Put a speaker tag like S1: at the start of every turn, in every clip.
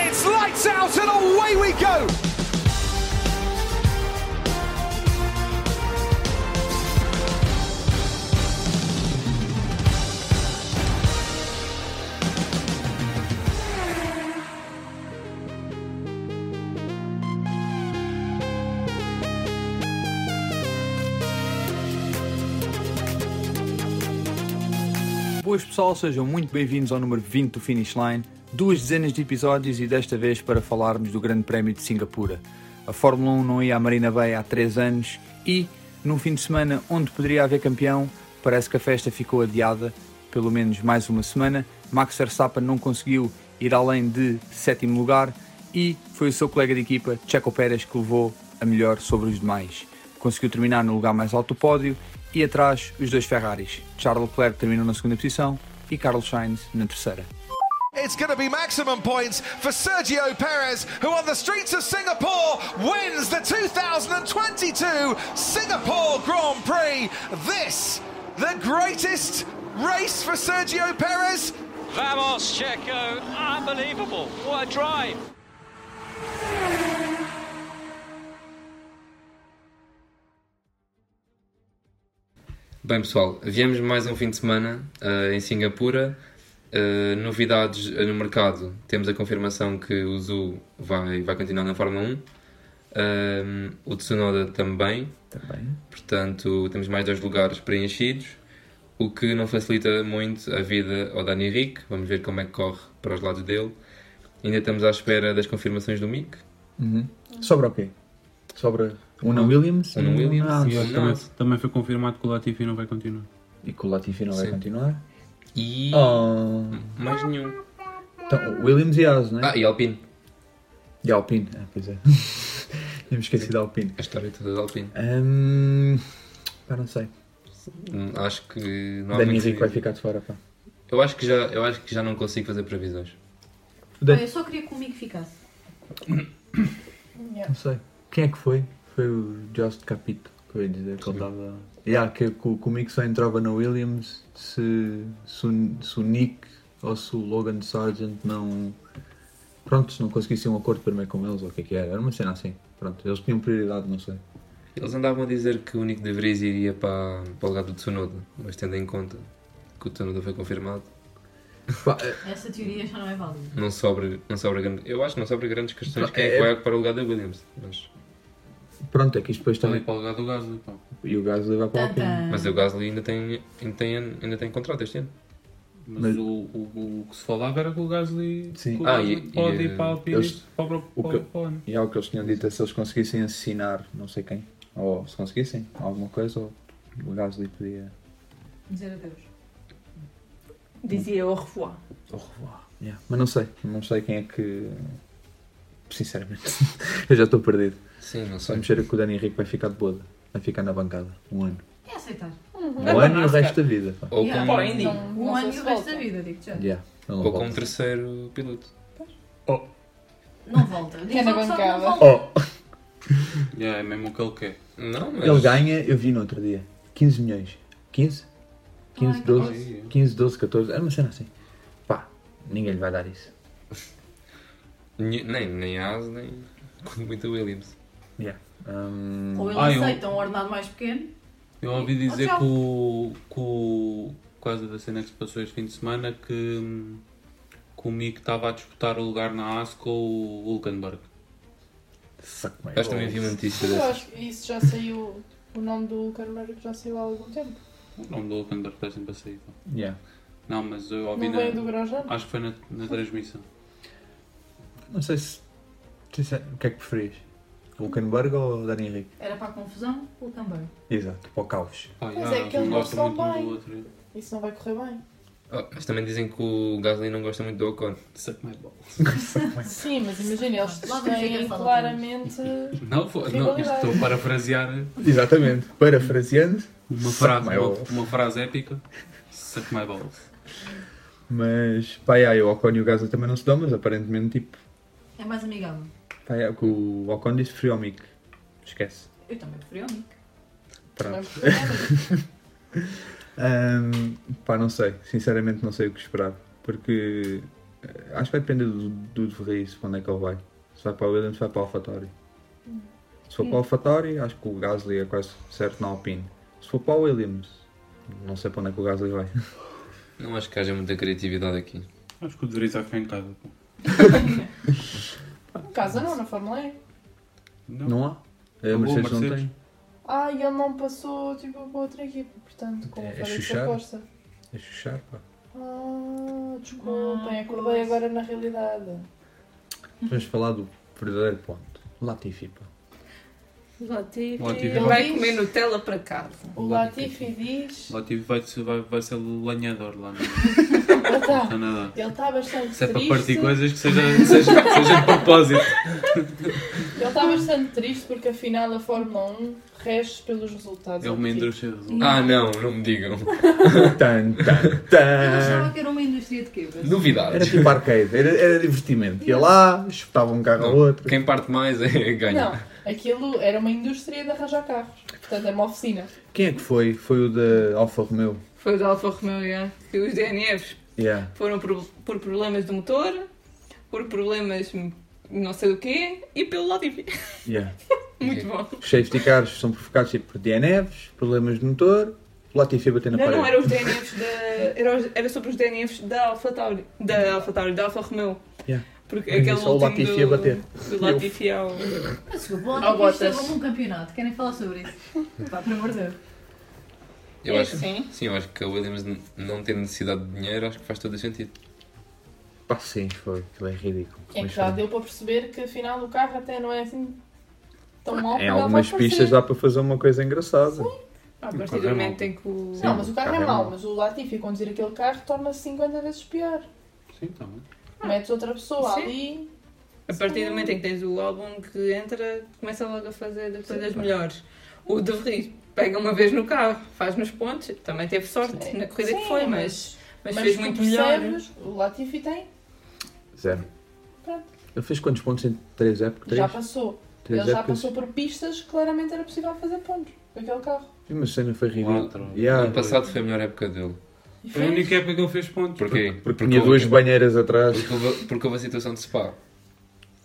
S1: us out and away we go!
S2: Boas pessoal, sejam muito bem-vindos ao número 20 do Finish Line, duas dezenas de episódios e desta vez para falarmos do Grande Prémio de Singapura. A Fórmula 1 não ia à Marina Bay há 3 anos e, num fim de semana onde poderia haver campeão, parece que a festa ficou adiada pelo menos mais uma semana. Max Verstappen não conseguiu ir além de sétimo lugar e foi o seu colega de equipa, Checo Pérez, que levou a melhor sobre os demais conseguiu terminar no lugar mais alto do pódio e atrás os dois Ferraris. Charles Leclerc terminou na segunda posição e Carlos Sainz na terceira.
S1: It's going to be maximum points for Sergio Perez, who on the streets of Singapore wins the 2022 Singapore Grand Prix. This, the greatest race for Sergio Perez
S3: Vamos, Checo. Unbelievable. What a drive.
S4: Bem pessoal, viemos mais um fim de semana eh, em Singapura. Eh, novidades eh, no mercado, temos a confirmação que o Zhu vai, vai continuar na Fórmula 1. Eh, o Tsunoda também.
S2: Também.
S4: Portanto, temos mais dois lugares preenchidos, o que não facilita muito a vida ao Dani Rick. Vamos ver como é que corre para os lados dele. Ainda estamos à espera das confirmações do Mick.
S5: Sobra o quê? Sobra Una Williams, Ah,
S4: Una Williams
S5: Nas.
S4: e
S6: E
S4: o
S6: hoje também,
S4: Nas.
S6: também foi confirmado que o Latifi não vai continuar.
S5: E que o Latifi não vai
S4: Sim.
S5: continuar.
S4: E
S5: Oh.
S4: mais nenhum.
S5: Então, Williams e As, né?
S4: Ah, e Alpine.
S5: E Alpine. Ah, pois é. Tinha-me esquecido da Alpine.
S4: A história toda de Alpine.
S5: Hum, pá, não sei.
S4: Hum, Acho que não há
S5: Dani
S4: muito
S5: Rico vai
S4: que-
S5: ficar de fora, pá.
S4: Eu acho que já, eu acho que já não consigo fazer previsões.
S5: Da-
S7: Ah, eu só queria que o Mick ficasse.
S5: Não sei. Quem é que foi? Foi o Josh Capito que eu ia dizer que ele estava. Yeah, que, que, o- que o Mick só entrava na Williams se, se, o, se o Nick ou se o Logan Sargent não. Pronto, se não conseguissem um acordo primeiro com eles ou o que é que era. Era uma cena assim. Pronto, eles tinham prioridade, não sei.
S4: Eles andavam a dizer que o Nico de Vries iria para, para o lugar do Tsunoda, mas tendo em conta que o Tsunoda foi confirmado,
S5: Pá, é-
S7: Essa teoria já não é válida.
S4: não sobra, não sobra grande, eu acho que não sobra grandes questões
S5: Não,
S4: quem é que
S5: é-
S4: vai para o lugar da Williams. Mas,
S5: pronto, é que isto depois
S6: Está ali
S5: também.
S6: para o lugar do Gasly, pá.
S5: E o gajo leva para o Alpine.
S8: É.
S7: Tantã.
S4: mas o Gasly ainda tem, ainda, tem, ainda tem contrato este ano.
S6: Mas,
S5: Mas-
S6: O, o, o que se falava era que o Gasly,
S5: Sim.
S6: que o
S4: Ah,
S6: Gasly
S4: e- e,
S6: pode
S4: eh,
S6: ir para a Alpine
S5: eles-
S6: para, para,
S5: o
S6: para,
S5: que-
S6: para o ano.
S5: E é o que eles tinham dito, é se eles conseguissem assinar não sei quem. Ou se conseguissem alguma coisa, ou o Gasly podia.
S7: Dizer adeus.
S9: Dizia au revoir.
S5: Au revoir. Yeah. Mas não sei, não sei quem é que. Sinceramente, eu já estou perdido.
S4: Sim, não sei.
S5: Vamos ver que o Dani Henrique vai ficar de boda, vai ficar na bancada. Um ano.
S7: É aceitar.
S5: Um
S9: Vai para
S5: ano e o
S9: NASCAR.
S5: resto da vida. pá.
S4: Ou
S7: Yeah.
S4: como,
S9: Para a Indy.
S7: Um
S9: Não
S7: ano e
S9: sei se
S7: o resto
S9: volta.
S7: da vida, digo já.
S5: Yeah, ele não
S4: ou como
S5: volta.
S4: terceiro piloto.
S7: Não volta. Digo
S9: É na
S7: só que só
S9: bancada.
S7: não volta.
S5: Oh,
S6: Yeah, é mesmo o que ele quer.
S4: Não, mas
S5: ele ganha, eu vi no outro dia, 15 milhões. 15? 15,
S7: Ai,
S5: 12, 15, 12, 14, era uma cena assim. Pá, ninguém lhe vai dar isso.
S4: Ni- nem, nem Haas, nem muito Williams.
S5: Yeah. Hum,
S7: Ou ele
S6: Ah, eu-
S7: aceita um ordenado mais pequeno.
S6: Eu ouvi dizer
S7: tchau.
S6: que o, que o. por causa da cena que se passou este fim de semana, que, hum, que o Mick estava a disputar o lugar na AS com o Hulkenberg.
S5: suck my
S4: Acho que também
S5: balls.
S4: vi uma notícia
S9: Eu
S4: dessas.
S9: acho que isso já saiu. O nome do Carneiro já saiu há algum tempo.
S6: O nome do Hulkenberg está sempre a sair. pá.
S5: Yeah.
S6: Não, mas eu ouvi
S9: Não
S6: na.
S9: veio do Grosjean?
S6: Acho que foi na, na transmissão.
S5: Não sei se. sincero, O que é que preferias? Hulkenberg ou Dani Henrique?
S7: Era para a confusão, o também.
S5: Exato, para o caos.
S6: Pá,
S9: Mas é que
S6: não
S9: eles não
S6: gosto
S9: são
S6: muito um
S9: bem.
S6: do outro.
S9: Isso não vai correr bem.
S4: Oh, mas também dizem que o Gasly não gosta muito do Ocon.
S6: Suck my balls.
S9: Sim, mas imagina, eles
S7: Lá vamos ver quem
S9: têm
S7: fala
S9: claramente.
S6: Não, foi- não, isto estou a parafrasear
S5: Exatamente. Parafraseando.
S6: uma
S5: Suck
S6: frase,
S5: my
S6: uma,
S5: balls.
S6: uma frase épica. Suck my balls.
S5: Mas, pá, yeah, o Ocon e o Gasly também não se dão, mas aparentemente, tipo,
S7: É mais amigável.
S5: pá, yeah, o que o Ocon disse frio ao Mick. Esquece.
S7: Eu também preferi o Nick.
S9: Não é
S5: Pronto.
S9: porque não é.
S5: Ahm, pá, não sei. Sinceramente, não sei o que esperar. Porque eh, acho que vai depender do, do De Vries, para onde é que ele vai.
S10: Se vai para a Williams, vai para a AlphaTauri. Se for para a AlphaTauri, acho que o Gasly é quase certo na Alpine. Se for para a Williams, não sei para onde é que o Gasly vai.
S4: Não acho que haja muita criatividade aqui.
S6: Acho que o Doriz vai ficar em casa. pô.
S9: Em casa não, na Fórmula E.
S5: Não há? A
S6: Acabou,
S5: Mercedes não
S6: Mercedes.
S5: tem.
S9: Ah, e ele não passou tipo para outra equipa, portanto, com
S10: É-
S9: o
S10: é
S9: Fabrício
S10: chuchar?
S9: Costa.
S10: É chuchar, pá.
S9: Ah, desculpem,
S8: Ah,
S9: acordei
S8: pois.
S9: agora na realidade.
S5: Vamos falar do verdadeiro ponto. Latifi, pá.
S11: Latifi.
S6: Latifi.
S11: Ele vai comer Nutella para casa.
S9: O Latifi diz.
S6: Lá tive, vai, ser- vai, vai ser lanhador lá no
S9: Ah, tá.
S6: Canadá.
S9: Ele está bastante
S6: Se é para
S9: triste.
S6: partir coisas que seja, que seja, que seja de propósito.
S9: Ele está bastante triste porque afinal a Fórmula 1 rege pelos resultados.
S6: É uma indústria de
S4: Ah, não, não me digam.
S5: Tan, tan,
S8: Eu
S5: tan.
S8: achava que era uma indústria de quebras.
S5: Era
S4: Novidades.
S5: tipo arcade, era, era divertimento. Ia lá, chutava um carro ao outro.
S4: Quem parte mais é ganha.
S9: Não, aquilo era uma indústria de arranjar carros. Portanto, é uma oficina.
S5: Quem é que foi? Foi o da Alfa Romeo.
S11: Foi o da Alfa Romeo, yeah, que os DNFs
S5: Yeah.
S11: foram por, por problemas do motor, por problemas não sei do quê, e pelo Latifi.
S5: Yeah.
S11: Muito bom.
S5: Os safety cars são provocados sempre por DNFs, problemas de motor, Latifi a bater na
S11: Não,
S5: parede.
S11: não era os DNFs da. Era, os- era sobre os DNFs da Alfa Tauri. Da Alfa Tauri, da Alfa Romeo.
S5: Yeah.
S11: Porque
S5: Mas
S11: aquele
S5: isso é o
S11: último
S5: Latifi
S11: do,
S5: a bater.
S11: Do Latifi ao.
S8: Mas desculpa,
S9: Ao
S8: o Latifi
S9: Bottas.
S8: estava um campeonato. Querem falar sobre isso? Pá, por amor de Deus.
S4: Eu
S11: É,
S4: acho,
S11: sim.
S4: sim, eu acho que a Williams n- não tem necessidade de dinheiro, acho que faz todo o sentido.
S6: Ah,
S5: Pá, sim, foi. Aquilo é ridículo.
S9: É que
S5: Mas
S9: já
S5: foi.
S9: deu para perceber que afinal o carro até não é assim tão mal
S5: Em É algumas pistas dá para fazer uma coisa engraçada.
S11: A partir do
S6: é
S11: momento
S6: mau.
S11: em que o.
S9: Não, mas o carro é mau, mas o Latifi conduzir aquele carro torna-se 50 vezes pior.
S6: Sim, tá bom.
S9: Metes outra pessoa
S11: Ah, Sim.
S9: ali.
S11: A partir do momento em que tens o álbum que entra, começa logo a fazer coisas melhores. O De Vries pega uma vez no carro, faz nos pontos, também teve sorte na corrida que
S9: é, Sim,
S11: foi, mas, mas,
S9: mas
S11: fez
S9: tu
S11: muito melhor.
S9: percebes, O Latifi tem,
S5: Zero.
S9: Pronto.
S5: Ele fez quantos pontos em três épocas?
S9: já
S5: Três?
S9: passou.
S5: Três
S9: Ele já
S5: épocas?
S9: passou por pistas que claramente era possível fazer pontos com aquele carro.
S5: Sim, Mas a cena foi
S6: Quatro.
S5: ridícula.
S4: Ano
S5: Yeah.
S6: é.
S4: passado foi a melhor época dele.
S9: E
S6: Foi a única época que ele fez pontos.
S4: Porquê?
S5: Porque tinha duas
S4: houve-
S5: banheiras atrás.
S4: porque houve- porque houve a situação de Spa.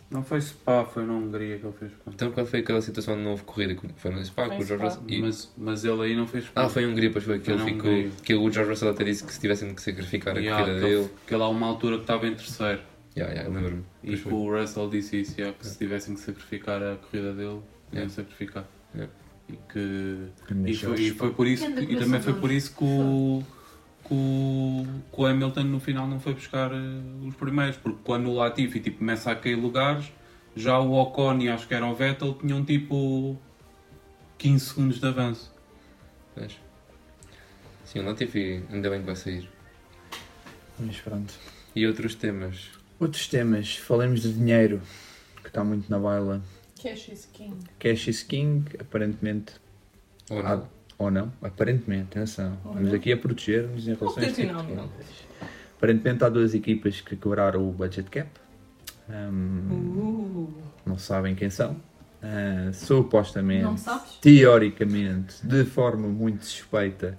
S6: Não foi Spa, foi na Hungria que ele fez pontos.
S4: Então qual foi aquela situação de novo corrida? que Foi no Spa,
S9: Foi
S4: com o George
S9: Spa.
S4: Russell. e-
S6: Mas, mas ele aí não fez
S4: Ah,
S6: pontos.
S4: foi em Hungria, pois foi. Que,
S6: Foi
S4: ele
S6: na
S4: ficou,
S6: Hungria.
S4: que o George Russell até disse que se tivessem que sacrificar a
S6: Yeah,
S4: corrida
S6: que ele-
S4: dele.
S6: que ele há uma altura que estava em terceiro.
S4: Yeah, yeah, eu lembro-me.
S6: E
S4: Pois
S6: que
S4: foi. É.
S6: o Russell disse isso, yeah, que se tivessem que sacrificar a corrida dele, iam sacrificar.
S4: Yeah.
S6: E que E
S5: Deixa
S6: foi, e
S5: eles.
S6: foi por isso que- e também foi por isso que o, que o, que o Hamilton no final não foi buscar eh, os primeiros, porque quando o Latifi tipo, começa a cair lugares, já o Ocon e acho que era o Vettel tinham tipo 15 segundos de avanço.
S4: Mas- Sim, o Latifi ainda bem que vai sair.
S5: Mas pronto.
S4: E outros temas?
S5: Outros temas. Falemos de dinheiro, que está muito na baila.
S11: é
S9: Cash is king.
S5: Cash is king, aparentemente,
S4: Ou
S5: Ah,
S4: não?
S5: ou não, aparentemente, atenção. Vamos aqui é a proteger-nos em relação a este tipo de
S11: Ocasionalmente.
S5: coisas. Aparentemente há duas equipas que quebraram o budget cap. Ahm,
S11: Uh,
S5: Não sabem quem são. Ah, supostamente.
S8: Não sabes?
S5: teoricamente, de forma muito suspeita,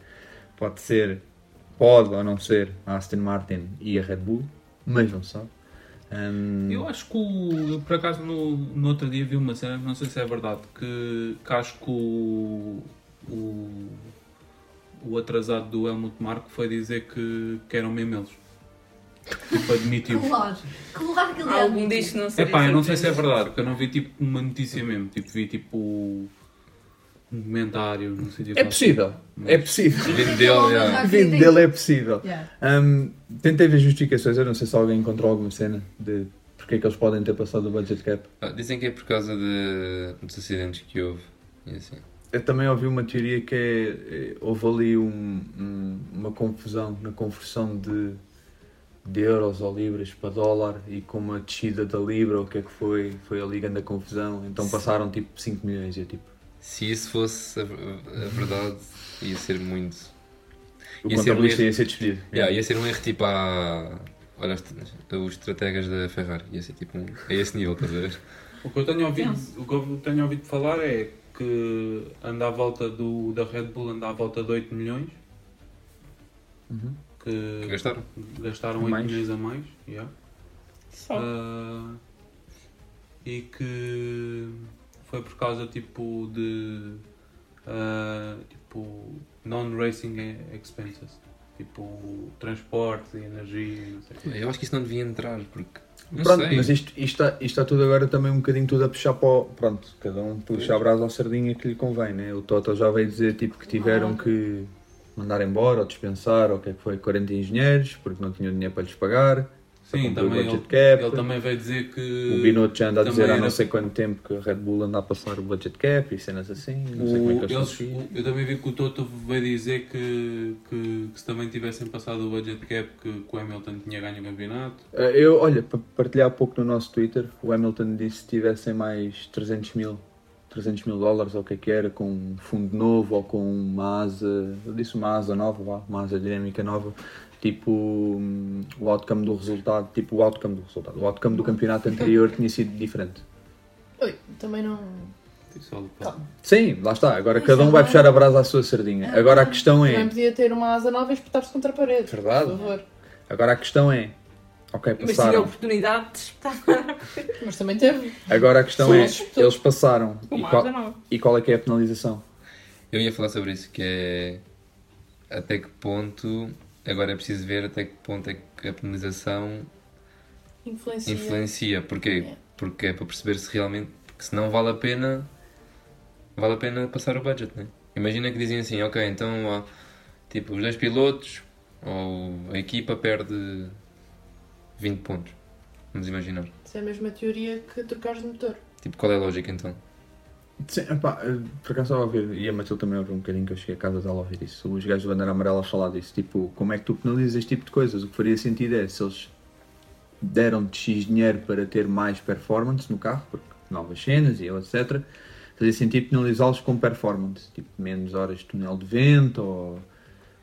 S5: pode ser, pode ou não ser, a Aston Martin e a Red Bull, mas não sabe. Ahm,
S6: Eu acho que, o- eu, por acaso, no, no outro dia vi uma cena, não sei se é verdade, que, que acho que o, o, o atrasado do Helmut Marko foi dizer que, que eram mesmo eles. Tipo, admitiu.
S8: Claro. Claro que ele é
S11: algum
S8: admitido.
S11: diz que não
S6: É
S11: seria
S6: pá, eu não sei se é
S11: surpresa.
S6: verdade, porque eu não vi tipo uma notícia mesmo. Tipo, vi tipo um comentário, não sei de
S5: é possível, é possível.
S8: Dizem que
S4: Dele,
S8: é um homem
S4: yeah.
S8: já
S5: Vindo
S8: acredita.
S5: dele é possível.
S8: Yeah.
S5: Ahm, tentei ver justificações, eu não sei se alguém encontrou alguma cena de porque é que eles podem ter passado o budget cap.
S4: Ah, dizem que é por causa de, dos acidentes que houve. E assim.
S5: Eu também ouvi uma teoria que é, é, houve ali um- um- uma confusão na conversão de, de euros ou libras para dólar e com uma descida da libra, o que é que foi, foi ali grande a confusão, então passaram tipo 5 milhões e eu tipo,
S4: Se isso fosse a, a verdade, ia ser muito.
S5: o
S4: Ia ser
S5: contabilista
S4: um erro.
S5: ia ser despedido.
S4: Yeah, ia ser um erro tipo a. Olha, os- os estrategas da Ferrari. Ia ser tipo um. A esse nível, estás a ver?
S6: O que eu tenho ouvido, o que eu tenho ouvido falar é que anda à volta do, da Red Bull, anda à volta de 8 milhões.
S4: Que
S6: Que
S4: gastaram?
S6: gastaram 8
S5: Mais.
S6: milhões a mais. yeah.
S11: Só.
S6: Ah, e que foi por causa tipo de ah, tipo non-racing expenses. Tipo transporte, energia, não sei o quê.
S4: Eu acho que isso não devia entrar, porque. Não
S5: Pronto,
S4: sei.
S5: mas isto, isto, está, isto está tudo agora também um bocadinho tudo a puxar para o, Pronto, cada um puxa a brasa à sardinha que lhe convém, né? O Toto já veio dizer tipo que tiveram
S4: Ah.
S5: que mandar embora ou dispensar ou o que é que foi 40 engenheiros porque não tinham dinheiro para lhes pagar. para
S6: Sim,
S5: cumprir o
S6: também ele,
S5: budget cap.
S6: ele também veio dizer que.
S5: O Binotto já anda a dizer
S6: também
S5: há não
S6: era- assim.
S5: sei quanto tempo que a Red Bull anda a passar o budget cap e cenas assim, não sei
S6: O-
S5: como é que eles
S6: eles-
S5: conseguiam.
S6: o- eu também vi que o Toto veio dizer que, que, que se também tivessem passado o budget cap que, que o Hamilton tinha ganho o campeonato.
S5: Eh, Eu, olha, para partilhar há pouco no nosso Twitter, o Hamilton disse que se tivessem mais 300 mil, 300 mil dólares ou o que é que era, com um fundo novo ou com uma asa, eu disse uma asa nova, vá, uma asa dinâmica nova, tipo hum, o outcome do resultado, tipo o outcome do resultado, o outcome do campeonato anterior tinha sido diferente.
S9: Oi, também não.
S6: Isso é o Toto.
S5: Sim, lá está, agora cada um
S11: é.
S5: vai puxar a brasa à sua sardinha. Agora a questão
S9: Também
S5: é,
S9: podia ter uma asa nova e espetar-se contra a parede.
S5: Verdade.
S9: Por favor.
S5: agora a questão é, ok,
S11: Mas tinha a
S5: passaram.
S11: oportunidade de espetar
S9: Mas também teve.
S5: Agora a questão
S9: Sim.
S5: é, eles passaram, e
S11: uma
S5: qual,
S11: asa nova.
S5: e qual é que é a penalização?
S4: Eu ia falar sobre isso, que é até que ponto, agora é preciso ver até que ponto é que a penalização
S9: Influencia.
S4: influencia. Porquê? Porque é para perceber se realmente, porque se não vale a pena, vale a pena passar o budget, né? Imagina que dizem assim, ok, então há, tipo, os dois pilotos ou a equipa perde 20 pontos. Vamos imaginar.
S9: Isso é a mesma teoria que trocares de motor.
S4: Tipo, qual é a lógica então?
S5: Sim, epá, eh, por acaso estava a ouvir, e a Matilde também ouviu um bocadinho que eu cheguei a casa dela a ouvir isso, os gajos do Bandeira Amarela a falar disso, tipo, como é que tu penalizas este tipo de coisas? O que faria sentido é se eles deram-te X dinheiro para ter mais performance no carro, porque novas cenas e etc, fazia sentido penalizá-los com performance, tipo, menos horas de túnel de vento ou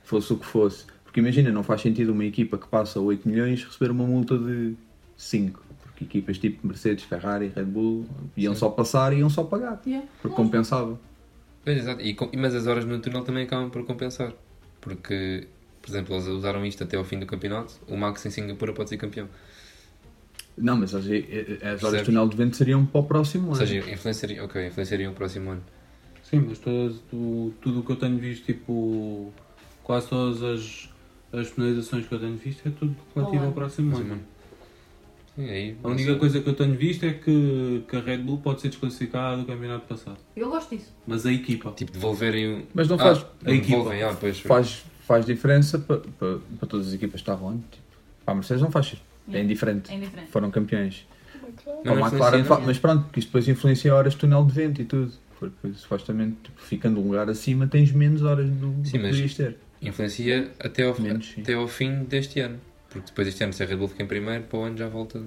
S5: fosse o que fosse. Porque imagina, não faz sentido uma equipa que passa 8 milhões receber uma multa de 5. Porque equipas tipo Mercedes, Ferrari, Red Bull iam só passar e iam só pagar.
S8: Yeah.
S5: Porque compensava.
S4: Pois, exato. E, com- mas as horas no túnel também acabam por compensar. Porque, por exemplo, eles usaram isto até ao fim do campeonato. O Max em Singapura pode ser campeão.
S5: Não, mas as, eh, as horas
S4: Percebes?
S5: de túnel de vento seriam para o próximo
S4: Ou
S5: ano.
S4: seja, influenciariam, ok, influenciariam o próximo ano.
S6: Sim, mas todas, tu- tudo o que eu tenho visto, tipo, quase todas as, as penalizações que eu tenho visto é tudo relativo ao próximo
S4: Próximo
S6: ano.
S4: ano. E aí,
S6: A
S4: não
S6: única
S4: sei.
S6: coisa que eu tenho visto é que, que a Red Bull pode ser desclassificada do campeonato passado.
S8: Eu gosto disso.
S6: Mas a equipa.
S4: Tipo, devolverem o.
S5: Mas não
S4: Ah,
S5: faz-
S4: não
S6: a equipa.
S4: devolvem, ah, pois.
S5: Tipo, faz, faz diferença para, para, para todas as equipas que estavam onde. Tipo, para a Mercedes não faz. É indiferente.
S8: É indiferente.
S5: Foram campeões.
S4: Não, não
S5: Para a McLaren
S4: influencia,
S5: fa- mas pronto, que isto depois influencia horas de túnel de vento e tudo. Porque supostamente tipo, ficando um lugar acima tens menos horas do
S4: Sim,
S5: que
S4: mas-
S5: podias ter.
S4: Influencia até ao,
S5: Menos, sim.
S4: até ao fim deste ano. Porque depois deste ano, se a Red Bull fica em primeiro, para o ano já volta.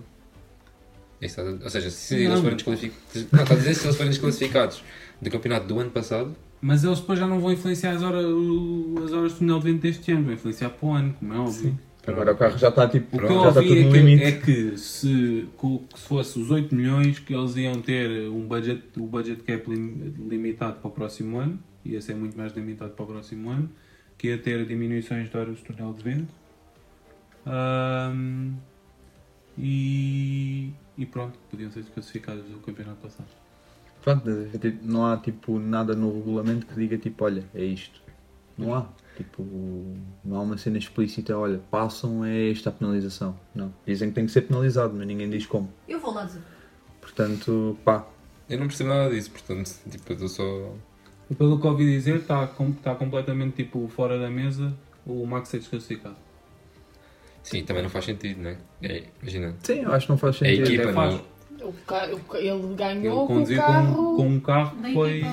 S4: Isso, ou seja, se eles forem desclassificados. Não, está a dizer se eles forem desclassificados do campeonato do ano passado,
S6: Mas eles depois já não vão influenciar as horas, o- as horas de túnel de vento deste ano, vão influenciar para o ano, como é óbvio.
S5: Agora o carro já está tipo.
S6: O que
S5: já
S6: eu
S5: está tudo
S6: ouvi é
S5: no
S6: que,
S5: limite.
S6: é que se, co- que se fosse os 8 milhões que eles iam ter um budget, o budget cap lim- limitado para o próximo ano, ia ser muito mais limitado para o próximo ano, que ia ter diminuições de horas de túnel de vento. Ahm, e, e pronto, podiam ser desclassificados do campeonato passado.
S5: Pronto, mas, tipo, não há tipo nada no regulamento que diga tipo, olha, é isto. Não há. Tipo, não há uma cena explícita, olha, passam é esta a penalização. Não. Dizem que tem que ser penalizado, mas ninguém diz como.
S8: Eu vou lá dizer.
S5: Portanto, pá.
S4: eu não percebo nada disso. Portanto, tipo, eu estou só.
S6: E Pelo que ouvi dizer, está com- está completamente tipo, fora da mesa o Max é desclassificado.
S4: Sim, também não faz sentido, né? É, imagina.
S5: Sim, eu acho que não faz
S4: É a
S5: sentido.
S4: equipa,
S6: até
S4: não.
S6: faz.
S9: O ca- o ca- Ele
S6: Ele
S9: ganhou com o
S6: conduzir
S9: carro.
S6: com, com um carro
S8: Da
S6: que foi.
S8: equipa.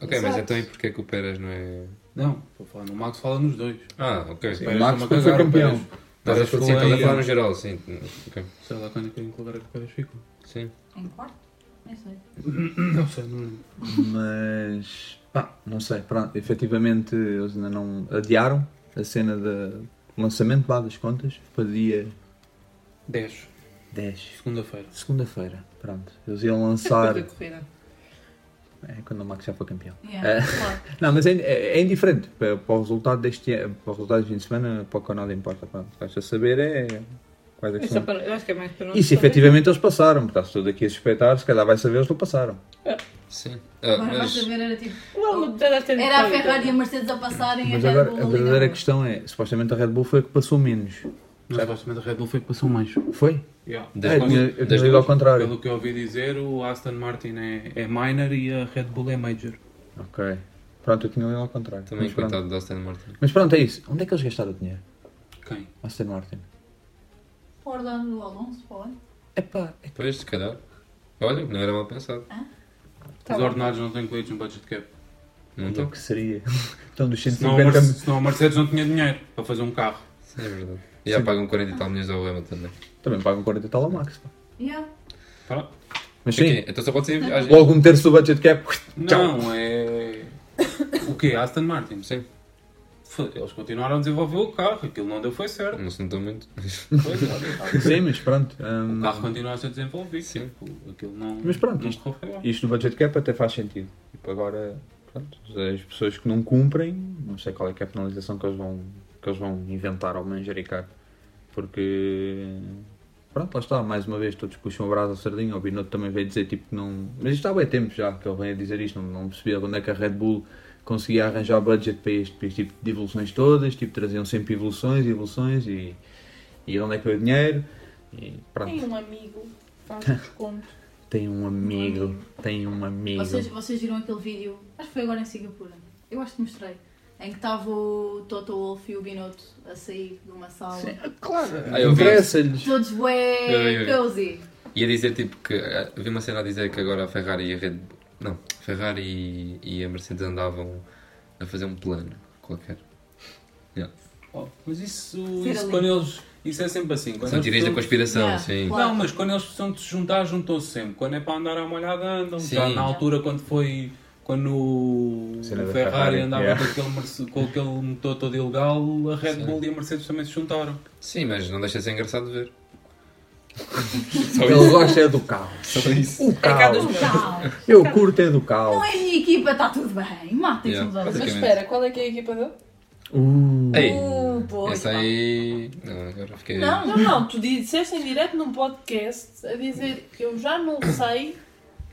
S4: Ok, mas
S9: Exato.
S4: então e porquê que o Pérez não é.
S6: Não, estou falando, o Max fala nos dois.
S4: Ah, ok.
S5: Sim,
S4: Sim,
S5: o
S6: Pérez
S5: Max
S6: está-me a
S5: quando foi
S6: cagar, É, o
S5: campeão.
S6: Pérez.
S4: estás a
S6: Pérez ficou
S4: sim, estás a
S6: aí,
S4: falar
S6: é.
S4: no geral, sim. Ok,
S6: Sei lá quando é que em que lugar é que o Pérez ficou.
S4: sim.
S8: Em quarto? Não sei.
S6: Não sei, não lembro.
S5: Mas pá, não sei, pronto, efetivamente eles ainda não adiaram a cena do lançamento lá das contas para dia
S6: 10,
S5: 10.
S6: segunda-feira.
S5: Segunda-feira, pronto. Eles iam
S11: depois
S5: lançar.
S11: da corrida.
S5: É quando o Max já foi campeão.
S8: Yeah.
S5: Não, mas é, é- é indiferente. Para, para o resultado deste ano- para o resultado de fim de semana, para o canal importa. Pronto. O que vais a saber é Quais é que
S11: É
S5: são?
S11: só para- eu acho que é mais para não
S5: E se
S11: saber.
S5: efetivamente eles passaram, porque está-se tudo aqui a suspeitar, se calhar vai saber, eles não passaram.
S4: Sim. Ah,
S7: Agora vais
S4: mas
S7: saber, era tipo.
S11: O álbum deve ter
S7: Era a
S11: feito.
S7: Ferrari e a Mercedes a passarem
S5: Mas
S7: Red
S5: agora,
S7: Bull
S5: a
S7: ali
S5: verdadeira
S7: na-
S5: questão é, supostamente a Red Bull foi a que passou menos.
S6: Mas supostamente a Red Bull foi que passou mais.
S5: Foi?
S6: Yeah.
S4: Das
S5: É, eu
S4: duas-
S5: tinha- eu tinha lido ao contrário.
S6: Pelo que eu ouvi dizer, o Aston Martin é, é minor e a Red Bull é major.
S5: Ok. Pronto, eu tinha lido ao contrário.
S4: também
S5: mas, pronto.
S4: coitado do Aston Martin.
S5: mas pronto, é isso. Onde é que eles gastaram o dinheiro?
S6: Quem?
S5: Aston Martin.
S7: Por dar no Alonso, pode.
S5: Epá, é
S4: Pois, se calhar. Olha, não era mal pensado.
S11: Tá
S6: Os
S11: bom.
S6: ordenados não têm colírios no budget cap.
S4: Não
S5: que o
S4: estou.
S5: que seria? Então dos
S6: Senão a, Merce-
S5: 150...
S6: senão a Mercedes não tinha dinheiro para fazer um carro.
S4: Sim, é verdade. E já pagam 40 e tal milhões ao Hamilton também.
S5: Também pagam 40 e tal ao Max. pá.
S7: Yeah.
S6: Tá?
S5: Mas
S4: Ok,
S5: sim,
S4: Então só pode ser viagem.
S5: logo um terço do budget cap.
S6: Não, é. O quê? Aston Martin?
S4: Sim,
S6: Foi- Eles continuaram a desenvolver o carro, aquilo não deu, foi certo.
S4: não se notou muito.
S6: Pois, olha, tá.
S5: Sim, mas pronto. hum,
S6: O carro continua a ser desenvolvido.
S4: Sim.
S6: O- Aquilo não.
S5: Mas pronto,
S6: não
S5: isto-
S6: correu bem.
S5: Isto do budget cap até faz sentido. Tipo, agora, pronto, as pessoas que não cumprem, não sei qual é que é a penalização que eles vão, que eles vão inventar ou manjericar. Porque, pronto, lá está, mais uma vez todos puxam o braço à sardinha. O Binotto também veio dizer, tipo, que não. Mas isto há bem tempo já que ele vem a dizer isto, não, não percebia onde é que a Red Bull conseguia arranjar budget para este, para este tipo de evoluções todas. Tipo, traziam sempre evoluções, evoluções e. E onde é que foi o dinheiro? E
S9: Tem
S5: pronto,
S9: um amigo, faz desconto.
S5: tem um amigo, tem um amigo.
S7: Vocês, vocês viram aquele vídeo, acho que foi agora em Singapura, eu acho que mostrei, em que estava o Toto Wolff e o Binotto a sair de uma sala.
S4: Ah, eu vi isso.
S5: Interessa-lhes.
S7: Todos
S4: Eu vi,
S7: bué
S4: eu vi.
S7: cozy.
S4: Ia dizer tipo que. ah, Vi uma cena a dizer que agora a Ferrari e a Red Bull. Não, Ferrari e, e a Mercedes andavam a fazer um plano qualquer.
S6: Oh, mas isso,
S7: Ser
S6: isso
S7: ali.
S6: quando eles. Isso é sempre assim. Quando
S4: São
S6: eles
S4: teorias da
S6: precisam-
S4: conspiração,
S7: Yeah.
S4: sim.
S7: Claro.
S6: Não, mas quando eles precisam de se juntar, juntam-se sempre. Quando é para andar à molhada, andam.
S4: Sim.
S6: Já na altura, quando foi. Quando o
S5: Cena da
S6: Ferrari,
S5: Ferrari,
S6: andava
S5: yeah.
S6: com, aquele, Merce- com aquele motor todo ilegal, a Red Bull e a Mercedes também se juntaram.
S4: Sim, mas não deixa de ser engraçado de ver.
S5: Ele gosta é do caos.
S4: Só isso.
S5: O caos.
S7: Tchau.
S5: Eu curto é do
S7: Não
S5: caos.
S7: é minha equipa, está tudo bem. Matem-se
S4: Yeah,
S7: uns aos outros.
S9: Mas
S4: basicamente.
S9: espera, qual é que é a equipa dele?
S5: Uh,
S4: Ei!
S7: Uh, pois,
S4: Essa aí. Não, agora fiquei.
S7: Não,
S9: tá. Não, não, tu disseste em direto num podcast a dizer que eu já não sei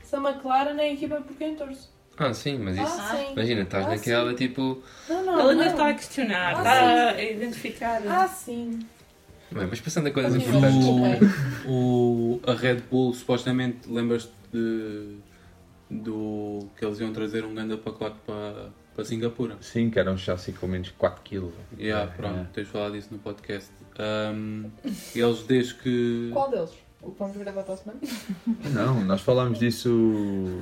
S9: se a McLaren é a equipa por quem torço.
S4: Ah, sim, mas isso.
S9: Ah, sim.
S4: Imagina, estás
S9: Ah,
S4: naquela tipo.
S9: Não, não,
S11: Ela é.
S9: não.
S11: ainda está a questionar,
S9: Ah,
S11: está a identificar.
S9: Ah, sim.
S4: Bem, é? mas passando a coisas
S9: Ok.
S4: importantes.
S6: O, o- a Red Bull, supostamente, lembras-te de, do, que eles iam trazer um grande pacote para, para Singapura?
S5: Sim, que era um chassi com menos 4kg.
S6: Yeah,
S5: É,
S6: pronto, tens falado disso no podcast. Ahm, eles desde que.
S9: Qual deles? O que vamos gravar para a semana?
S5: Não, nós falámos disso.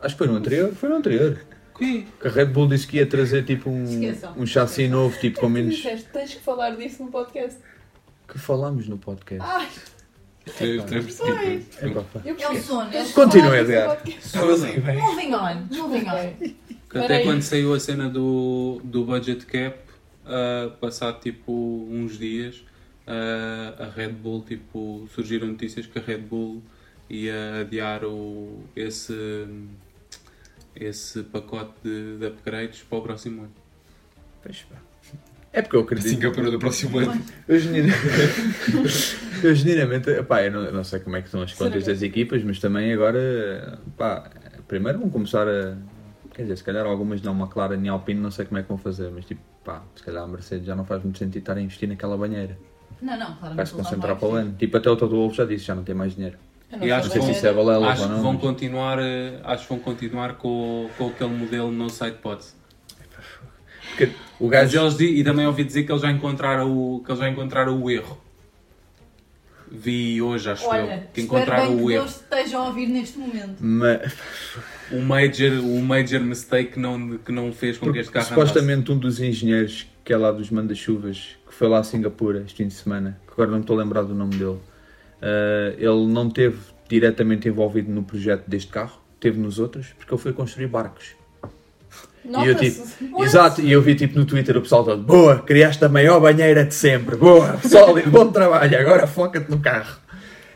S5: Acho que foi no anterior. Foi no anterior.
S6: Que?
S5: Que a Red Bull disse que ia trazer tipo um,
S7: Esqueçam.
S5: um chassi novo, tipo com
S9: Tu
S5: menos.
S9: disseste, tens que falar disso no podcast.
S5: Que falámos no podcast.
S9: Ai,
S6: Teve- teve-
S5: Epá, pá.
S9: eu
S7: É o
S9: percebi.
S7: sono. é o sono.
S5: Continua,
S9: Esse
S5: Edgar.
S9: podcast.
S6: é,
S7: Moving on, moving on.
S6: que até
S9: Peraí.
S6: quando saiu a cena do, do budget cap, ah, passado tipo uns dias, ah, a Red Bull, tipo, surgiram notícias que a Red Bull ia adiar o, esse, esse pacote de, de upgrades para o próximo ano.
S5: Pois, pá. É porque eu acredito.
S4: Singapura do próximo ano.
S5: Eu genuinamente, eu genuinamente epá, eu não, eu não sei como é que são as contas das equipas, mas também agora, pá, primeiro vão começar a, quer dizer, se calhar algumas não, McLaren nem Alpine, não sei como é que vão fazer, mas tipo, pá, se calhar a Mercedes já não faz muito sentido estar a investir naquela banheira,
S7: Não, não, claro.
S5: vai se concentrar para o ano, tipo, até o Toto Wolff já disse, já não tem mais dinheiro,
S9: Eu
S6: E acho
S5: não
S9: sei
S5: sei se
S9: bem.
S5: isso é balela
S6: Acho
S5: ou
S6: que,
S5: não,
S6: vão
S5: mas,
S6: continuar, eh, acho que vão continuar com, com aquele modelo no side pods.
S5: porque o
S6: Mas
S5: gajo,
S6: eles, di- e também ouvi dizer que eles já encontraram o, que eles já encontraram o erro. Vi hoje, acho
S7: Olha,
S6: eu, que
S7: espero bem
S6: encontraram
S7: que
S6: o erro.
S7: todos estejam a ouvir neste momento.
S5: mas,
S6: O major, o major mistake que não, que não fez com que este carro andasse.
S5: supostamente um dos engenheiros que é lá dos manda-chuvas, que foi lá a Singapura este fim de semana, que agora não me estou a lembrar do nome dele, eh, ele não esteve diretamente envolvido no projeto deste carro, esteve nos outros, porque ele foi construir barcos. E eu tipo,
S9: Nota-se.
S5: exato, e eu vi tipo no Twitter o pessoal todo, boa, criaste a maior banheira de sempre, boa, sólido, bom trabalho, agora foca-te no carro.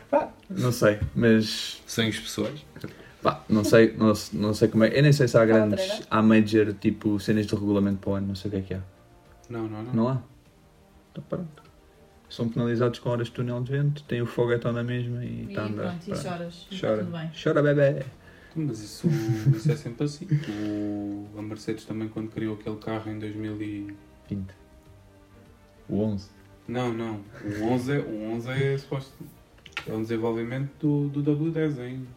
S5: Pá, não sei, mas
S4: Sonhos pessoais.
S5: Pá, não sei, não, se- não sei como é. Eu nem sei se há grandes,
S9: treina.
S5: há major tipo cenas de regulamento para o ano, não sei o que é que há.
S6: Não, não, não.
S5: Não há? Então pronto. são penalizados com horas de túnel de vento, têm o foguetão na mesma e
S7: E
S5: está a andar.
S7: pronto, e
S5: Pá.
S7: choras. e
S5: tá,
S7: tá
S5: Chora,
S7: Tudo bem.
S5: chora bebê.
S6: Mas isso, isso é sempre assim. O, a Mercedes também, quando criou aquele carro em 2000 e...
S5: 20. O 11.
S6: Não, não. O 11 é, o 11 é suposto... É um desenvolvimento do, do W10 ainda.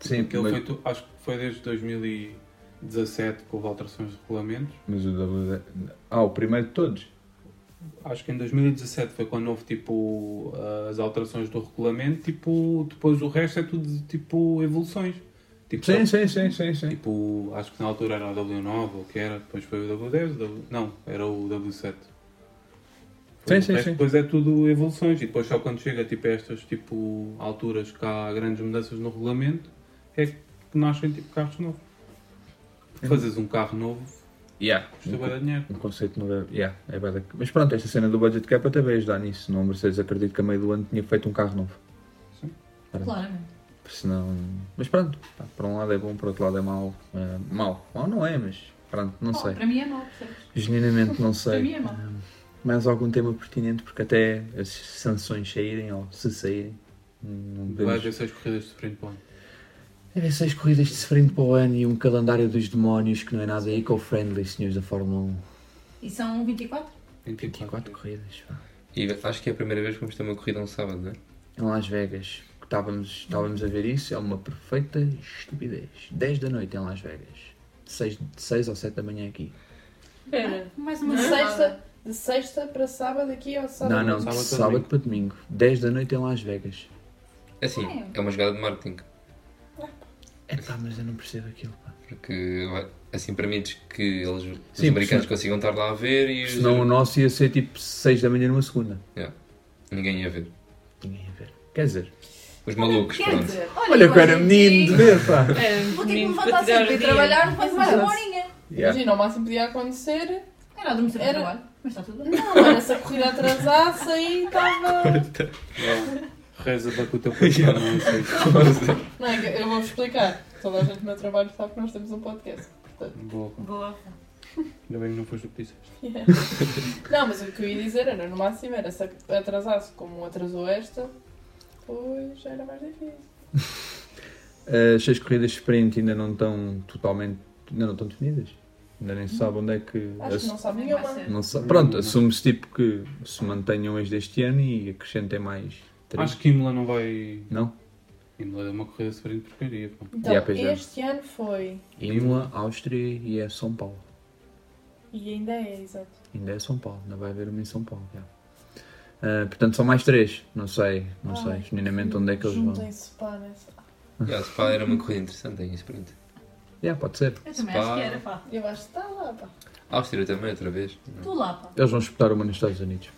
S5: Sim,
S6: Aquele
S5: mas,
S6: feito, acho que foi desde 2017 que houve alterações de regulamentos.
S5: mas o W10. Ah, o primeiro de todos.
S6: Acho que em 2017 foi quando houve tipo as alterações do regulamento, tipo, depois o resto é tudo tipo evoluções. Tipo,
S5: Sim, sim, sim, sim, sim.
S6: Tipo, acho que na altura era o W9 ou o que era, depois foi o W10, o W... não, era o W7. Foi
S5: Sim,
S6: o
S5: sim,
S6: resto,
S5: sim.
S6: Depois é tudo evoluções e depois só quando chega tipo, a estas tipo, alturas que há grandes mudanças no regulamento é que nascem tipo, carros novos. Fazes um carro novo,
S5: Yeah.
S6: custa bué de dinheiro.
S5: Um conceito novo é. Yeah, é bué da- Mas pronto, esta cena do budget cap até veio ajudar nisso. Não, a Mercedes acredito que a meio do ano tinha feito um carro novo.
S7: Claramente.
S5: Senão... Mas pronto, pá, por um lado é bom, por outro lado é mau. É, mau. Mau não é, mas pronto, não
S7: Oh,
S5: sei.
S7: Para mim é mau, percebes?
S5: Genuinamente não
S7: Para mim
S5: sei. Hum.
S7: é mau.
S5: Mais algum tema pertinente, porque até as sanções saírem, ou se saírem, não
S6: Vai
S5: devemos...
S6: haver seis corridas de sprint point.
S5: Havia seis corridas de sprint para o ano e um calendário dos demónios que não é nada eco-friendly, senhores da Fórmula 1.
S7: E são 24?
S5: 24 corridas, pá.
S4: E acho que é a primeira vez que vamos ter uma corrida um sábado, não é?
S5: Em Las Vegas, que estávamos, estávamos a ver isso, é uma perfeita estupidez. 10 da noite em Las Vegas. 6, 6 ou 7 da manhã aqui.
S9: Espera.
S7: Mais
S5: tipo,
S7: uma
S9: De
S7: sexta.
S9: sexta, de sexta para sábado aqui ou
S5: Não,
S9: sábado?
S5: não,
S6: sábado
S5: sábado,
S6: para domingo.
S5: para domingo. 10 da noite em Las Vegas.
S4: É Assim,
S7: É.
S4: é uma jogada de marketing.
S5: É pá, mas eu não percebo aquilo, pá.
S4: Porque vai- assim permites que eles, os
S5: Sim,
S4: americanos
S5: porque-
S4: consigam estar lá a ver e os-
S5: Senão o nosso ia ser tipo 6 da manhã numa segunda.
S4: ninguém ia ver.
S5: Ninguém ia ver. Quer dizer,
S4: Os malucos,
S7: Quer
S4: pronto.
S7: dizer,
S5: olha que eu era
S7: gente,
S5: menino de ver, pá.
S11: É,
S7: Vou ter que
S11: menino,
S7: me
S11: para
S7: levantar
S11: tirar
S7: sempre
S11: o
S7: e
S11: dia.
S7: trabalhar mais mais uma
S9: Exato.
S7: horinha.
S5: Yeah.
S9: Imagina, o máximo que podia acontecer
S7: Era adormecer
S9: Era-
S7: no trabalho, mas está tudo bem.
S9: Não, mano, essa corrida atrasasse aí estava.
S6: Reza para que o teu patrão não seja.
S9: Não, é que eu vou explicar. Toda a gente no meu trabalho sabe que nós temos um podcast.
S6: Boa.
S7: Boa.
S6: Ainda bem que não foste o que disseste.
S9: Yeah. Não, mas o que eu ia dizer era, no máximo, era se atrasasse como atrasou esta, pois era mais difícil.
S5: As 6 eh, corridas de sprint ainda não estão totalmente. ainda não estão definidas. Ainda nem se sabe onde é que.
S9: Acho que não sabe
S7: Também vai
S9: nenhuma.
S7: ser.
S5: Não se- Pronto, assume-se tipo que se mantenham as deste ano e acrescentem mais três.
S6: Acho que Imola não vai.
S5: Não?
S6: Imola é uma corrida de sprint de porcaria. pá.
S9: Então,
S5: Yeah, pois é.
S9: este ano foi.
S5: Imola, Áustria e é São Paulo.
S9: E ainda é, exato.
S5: Ainda é São Paulo, ainda vai haver uma em São Paulo. já. Ah, portanto, são mais três. Não sei, não sei,
S9: Ai,
S5: genuinamente onde é que eles vão.
S9: Juntem-se pá né? nessa.
S4: Yeah, se pá, era uma corrida interessante é em sprint.
S5: Yeah, pode ser.
S7: Eu também
S4: Pá.
S7: acho que era, pá.
S9: Eu acho que está lá, pá.
S4: Áustria também, outra vez.
S7: Tu lá, pá.
S5: Eles vão disputar uma nos Estados Unidos.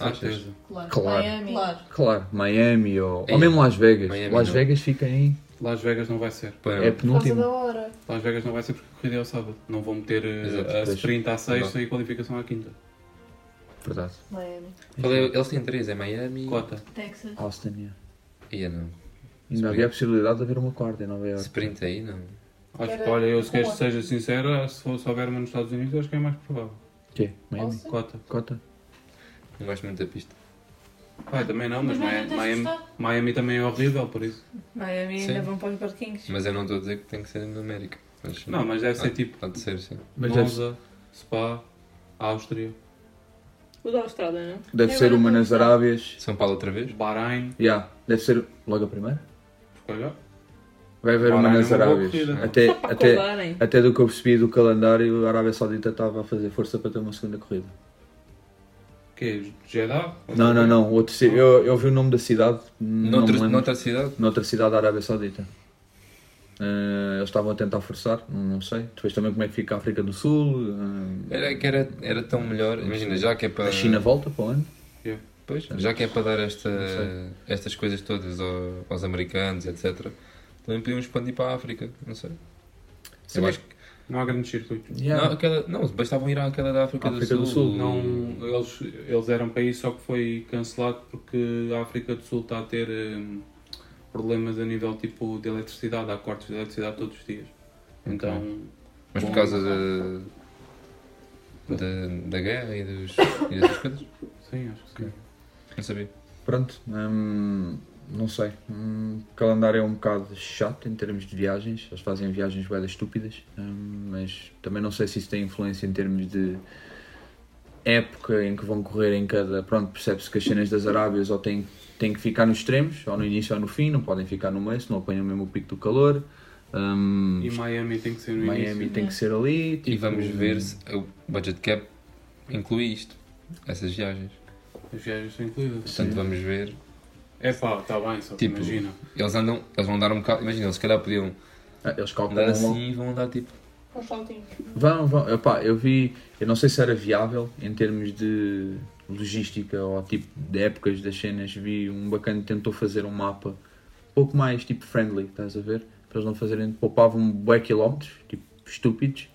S4: Achas?
S6: Certeza.
S7: Claro.
S5: Claro.
S9: Miami.
S7: Claro.
S5: Claro, Miami ou,
S4: É.
S5: ou mesmo Las Vegas.
S4: Miami
S5: Las
S4: não.
S5: Vegas fica em.
S6: Las Vegas não vai ser.
S4: Pá, não.
S5: É
S9: Por causa da
S5: penúltimo.
S9: hora.
S6: Las Vegas não vai ser porque a corrida é ao sábado. Não vão meter eh,
S4: Exato,
S6: a
S4: pois.
S6: sprint à sexta e a qualificação à quinta.
S5: Verdade.
S9: Miami.
S4: Qual é- Eles têm três, é Miami.
S6: Cota.
S7: Texas.
S5: Austin, yeah.
S4: Ia não.
S5: Ainda havia a possibilidade de haver uma quarta em Nova York.
S4: Sprint aí não.
S6: Acho que,
S9: Era
S6: olha, eu se queres que
S9: boa.
S6: seja sincero, acho que se, for, se houver uma nos Estados Unidos, acho que é mais provável.
S5: Quê? Miami?
S9: Austin?
S6: Cota.
S5: Cota?
S4: Não gosto muito da pista.
S6: Vai, também não, mas
S7: Mas
S6: Miami,
S7: Miami tens de
S6: Miami, Miami também é horrível, por isso.
S11: Miami
S4: Sim.
S11: ainda vão para os barquinhos.
S4: Mas eu não estou a dizer que tem que ser na América. Mas,
S6: Não, mas deve ser
S4: Ah,
S6: tipo
S4: Pode ser, sim.
S5: Mas deve-
S6: Monza, Spa, Áustria,
S11: O da Austrália, não?
S5: Deve
S7: Eu
S5: ser
S7: agora
S5: uma
S7: vou
S5: nas
S7: usar.
S5: Arábias.
S4: São Paulo outra vez?
S6: Bahrein,
S5: Yeah, deve ser logo a primeira.
S6: porque olha,
S5: Vai haver uma
S6: Bahrein
S5: nas
S6: é uma boa
S5: Arábias.
S6: corrida.
S5: Até,
S11: Só para
S5: até,
S11: colarem.
S5: até do que eu percebi do calendário, a Arábia Saudita estava a fazer força para ter uma segunda corrida.
S6: que é? Jeddah?
S5: Não, não, não. Outro, ci- eu, eu vi o nome da cidade. Não
S4: Noutra,
S5: me lembro.
S4: noutra cidade?
S5: noutra cidade da Arábia Saudita. Eh, eles estavam a tentar forçar, não, não sei. Depois também como é que fica a África do Sul. eh,
S4: Era, que era, era tão melhor. Imagina, já que é para.
S5: a China
S6: Eh.
S5: volta para onde?
S4: Pois, já que é para dar esta,
S5: Não
S4: estas coisas todas ao- aos americanos, etc., também podíamos expandir para a África, não sei.
S5: Sim.
S4: Eu acho que.
S6: Não há grandes circuitos.
S4: Não, aquela, não, bastavam ir àquela da África,
S5: África do Sul,
S6: Não, eles, eles eram país, só que foi cancelado porque a África do Sul está a ter hum, problemas a nível tipo de eletricidade, há cortes de eletricidade todos os dias. Então,
S4: Mas por
S6: Bom.
S4: causa da, da, da guerra e, dos, e dessas coisas?
S6: sim, acho que sim.
S4: Não sabia.
S2: Pronto, hum, não sei. Hum, o calendário é um bocado chato em termos de viagens. Eles fazem viagens boedas estúpidas, hum, mas também não sei se isso tem influência em termos de época em que vão correr em cada. Pronto, percebe-se que as cenas das Arábias ou têm, têm que ficar nos extremos, ou no início ou no fim, não podem ficar no meio, senão apanham mesmo o pico do calor. Hum,
S6: E Miami tem que ser no
S2: Miami
S6: início.
S2: tem que ser ali.
S4: E
S2: tipo,
S4: vamos ver se o budget cap inclui isto, essas viagens.
S6: As viagens são incluídas.
S4: Portanto, vamos ver.
S6: É pá, está bem, só que
S4: Tipo,
S6: imagina.
S4: Eles andam, eles vão andar um bocado, imagina, eles se calhar podiam
S5: eh,
S2: ah, Eles
S4: andar
S2: calculam logo.
S4: assim e vão andar tipo.
S9: Com saltinhos.
S2: Vão, vão. Epá, eu vi, eu não sei se era viável em termos de logística ou tipo de épocas das cenas. Vi um bacana que tentou fazer um mapa um pouco mais tipo friendly, estás a ver? Para eles não fazerem, poupavam um bué quilómetros, tipo estúpidos,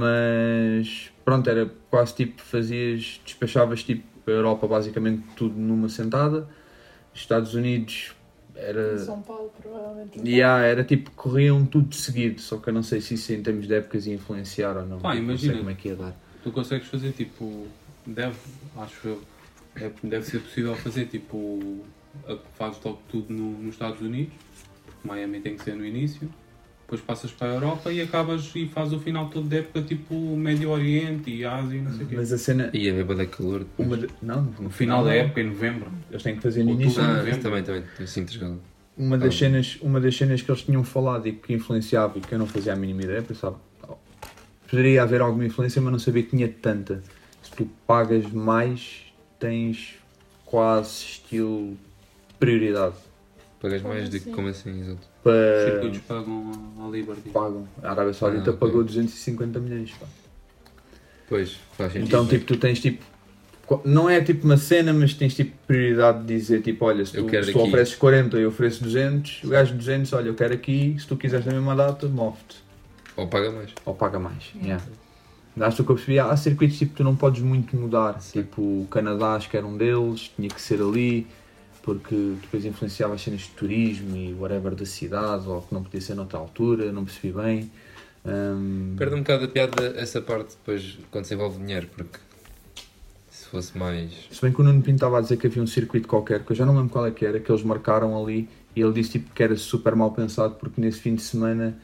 S2: mas pronto, era quase tipo fazias, despachavas tipo a Europa basicamente tudo numa sentada. Estados Unidos era.
S9: Em São Paulo, provavelmente.
S2: Yeah, era tipo, corriam tudo de seguido, só que eu não sei se isso em termos de épocas ia influenciar ou não.
S6: Pá,
S2: não sei
S6: imagina.
S2: como é que ia dar.
S6: Tu consegues fazer tipo. Deve, acho eu. é- deve ser possível fazer tipo. a- Fazes logo tudo no- nos Estados Unidos, porque Miami tem que ser no início. Depois passas para a Europa e acabas e fazes o final todo da época tipo Médio Oriente e Ásia e não sei o quê.
S2: Mas a cena.
S4: Ia haver é bué de calor. depois.
S2: Uma de- Não,
S6: No final da época, em novembro.
S2: Eles têm que fazer no
S6: Outubro.
S5: é
S2: início.
S5: um
S4: Ah,
S6: novembro.
S4: isso também, também. Eu sinto rasgado.
S2: Uma das, cenas, uma das cenas que eles tinham falado e que influenciava e que eu não fazia a mínima ideia, pensava. "Oh, Poderia haver alguma influência, mas não sabia que tinha tanta. Se tu pagas mais, tens quase estilo prioridade.
S4: Pagas mais de
S9: assim?
S4: como assim, exato.
S6: Os
S2: Para.
S6: circuitos pagam a- a Liberty.
S2: Pagam. A Arábia Saudita
S4: Ah, ok.
S2: pagou 250 milhões. Pá.
S4: Pois, faz sentido.
S2: Então,
S4: mas
S2: tipo, tu tens tipo. co- Não é tipo uma cena, mas tens tipo prioridade de dizer: tipo, olha, se
S4: Eu
S2: tu,
S4: quero
S2: se tu
S4: aqui.
S2: ofereces 40 e eu ofereço 200, o gajo 200, olha, eu quero aqui, se tu quiseres na mesma data, move-te.
S4: Ou paga mais.
S2: Ou paga mais. Yeah. Daste o que eu percebi. Há circuitos tipo, tu não podes muito mudar. Tipo, o Canadá, acho que era um deles, tinha que ser ali, porque depois influenciava as cenas de turismo e whatever da cidade, ou que não podia ser noutra altura, não percebi bem. Hum, Ahm,
S4: Perde um bocado a piada essa parte depois quando se envolve dinheiro, porque se fosse mais.
S2: Se bem que o Nuno Pinto estava a dizer que havia um circuito qualquer, que eu já não lembro qual é que era, que eles marcaram ali e ele disse tipo, que era super mal pensado porque nesse fim de semana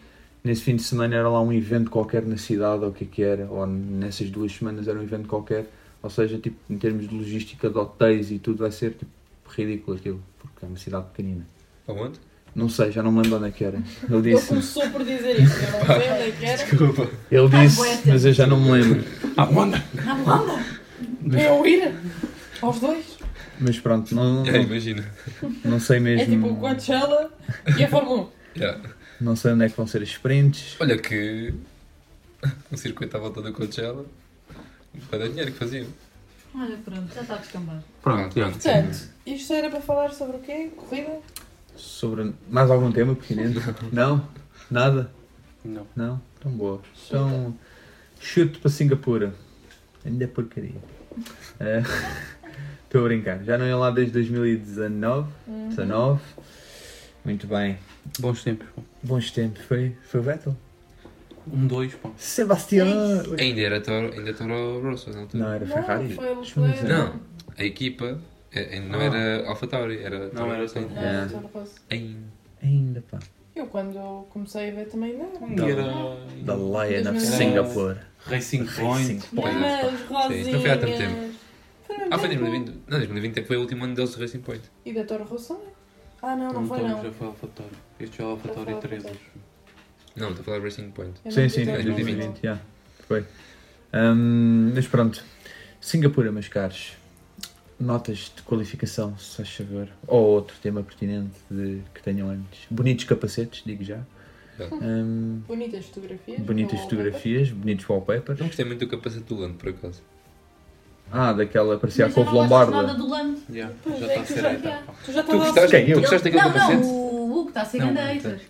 S2: nesse fim de semana era lá um evento qualquer na cidade ou o que é que era, ou nessas duas semanas era um evento qualquer, ou seja, tipo, em termos de logística de hotéis e tudo vai ser tipo, ridículo aquilo, porque é uma cidade pequenina.
S4: Aonde?
S2: Não sei, já não me lembro onde é que era. Ele
S9: Ele
S2: disse,
S9: começou por dizer isso, eu não sei onde é que era.
S4: Desculpa.
S2: ele disse,
S8: Ah, boa,
S2: mas eu já não me lembro.
S8: Na Holanda!
S9: Para eu ir aos dois.
S2: Mas pronto, não,
S4: Yeah,
S2: não,
S4: É, imagina.
S2: não sei
S9: É tipo
S2: mesmo,
S9: o Coachella e a Fórmula 1.
S4: Yeah.
S2: não sei onde é que vão ser as sprints.
S4: Olha que. O circuito à volta do Coachella. Para dinheiro que faziam.
S8: Olha, pronto, já está a descambar.
S4: Pronto, pronto.
S9: Portanto, isto era para falar sobre o quê? Corrida?
S2: Sobre mais algum tema pequenino? Não? Nada?
S6: Não.
S2: Não? Tão boa. Então, chute para Singapura. Ainda é porcaria. Eh, Estou a brincar. Já não ia lá desde 2019. 19. Muito bem.
S6: Bons tempos. pô.
S2: Bons tempos. Foi, foi o Vettel?
S6: Um, dois, pá.
S2: Sebastião!
S4: Ainda era Toro, ainda Toro Rosso, na altura.
S2: Não, era Ferrari.
S9: foi o Leclerc.
S4: Não, a equipa eh, eh, não
S6: Ah.
S4: era Alpha Tauri, era
S6: Não, era assim.
S4: Rosso.
S6: Toro.
S9: Não,
S2: É.
S9: só não posso.
S4: Ainda.
S2: Ainda pá.
S9: Eu quando comecei a ver também não.
S2: Da-
S6: Um Era
S2: The Lion of
S9: 2019.
S2: Singapore.
S6: Racing
S2: Racing
S6: Point.
S2: Point.
S9: Mas
S4: é. Sim, isto não foi há tanto
S9: rosinhas.
S4: Ah, foi 2020. Não, 2020 foi o último ano deles de Racing Point.
S9: E da Torre Rosso? Ah não, não foi
S6: Toro,
S9: não.
S6: Então, Já foi AlphaTauri. Este já é o AlphaTauri
S9: Já foi
S6: 13.
S4: Não, estou a falar de Racing Point.
S9: Eu
S2: Sim,
S9: não
S2: sim,
S9: vi tanto,
S2: foi
S9: não.
S2: 2020. já. Foi. Hum, mas pronto. Singapura, meus caros. Notas de qualificação, se faz favor. Ou outro tema pertinente de- que tenham antes. Bonitos capacetes, digo já.
S4: Já.
S2: Hum,
S9: Bonitas fotografias.
S2: bonitas
S9: Ou-
S2: fotografias, bonitos wallpapers.
S4: Não gostei muito do capacete do Lando, por acaso.
S2: Ah, daquela parecia a
S8: Mas eu
S2: couve
S8: não gosto nada
S2: lombarda.
S8: do Lando.
S6: Yeah,
S9: Pois
S6: já tá
S9: é
S6: está a
S9: que
S6: ser
S9: já-
S6: etapa.
S9: Tu já tá
S4: Tu
S9: estavas a
S4: gostaste,
S2: Quem? Eu?
S4: tu gostaste daquele
S8: Não,
S4: capacete?
S8: não, o Hugo está a ser
S4: Não,
S8: grande
S4: não
S8: hater.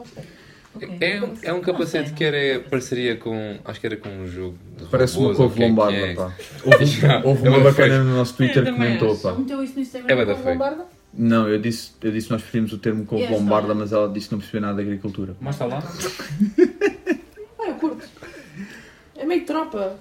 S9: assim.
S8: Ok.
S4: É, um- é um
S8: Não
S4: capacete
S8: sei.
S4: que era parceria com. Acho que era com um jogo de
S2: Parece uma
S4: robôs, ou o
S2: couve
S4: que é que
S2: lombarda,
S4: é.
S2: pá. Houve,
S4: Já,
S2: houve
S4: é
S2: uma
S4: bué
S2: bacana
S4: feio.
S2: no nosso Twitter que
S5: também
S2: comentou,
S5: acho.
S2: pá.
S8: Ele meteu isso no Instagram.
S4: É bué da
S9: Ou
S4: feio.
S9: Lombarda?
S2: Não, eu disse, eu disse que nós preferimos o termo couve
S8: E esta?
S2: lombarda, mas ela disse que não percebeu nada de agricultura.
S6: Mas está lá?
S9: Ah, eu curto. É meio tropa.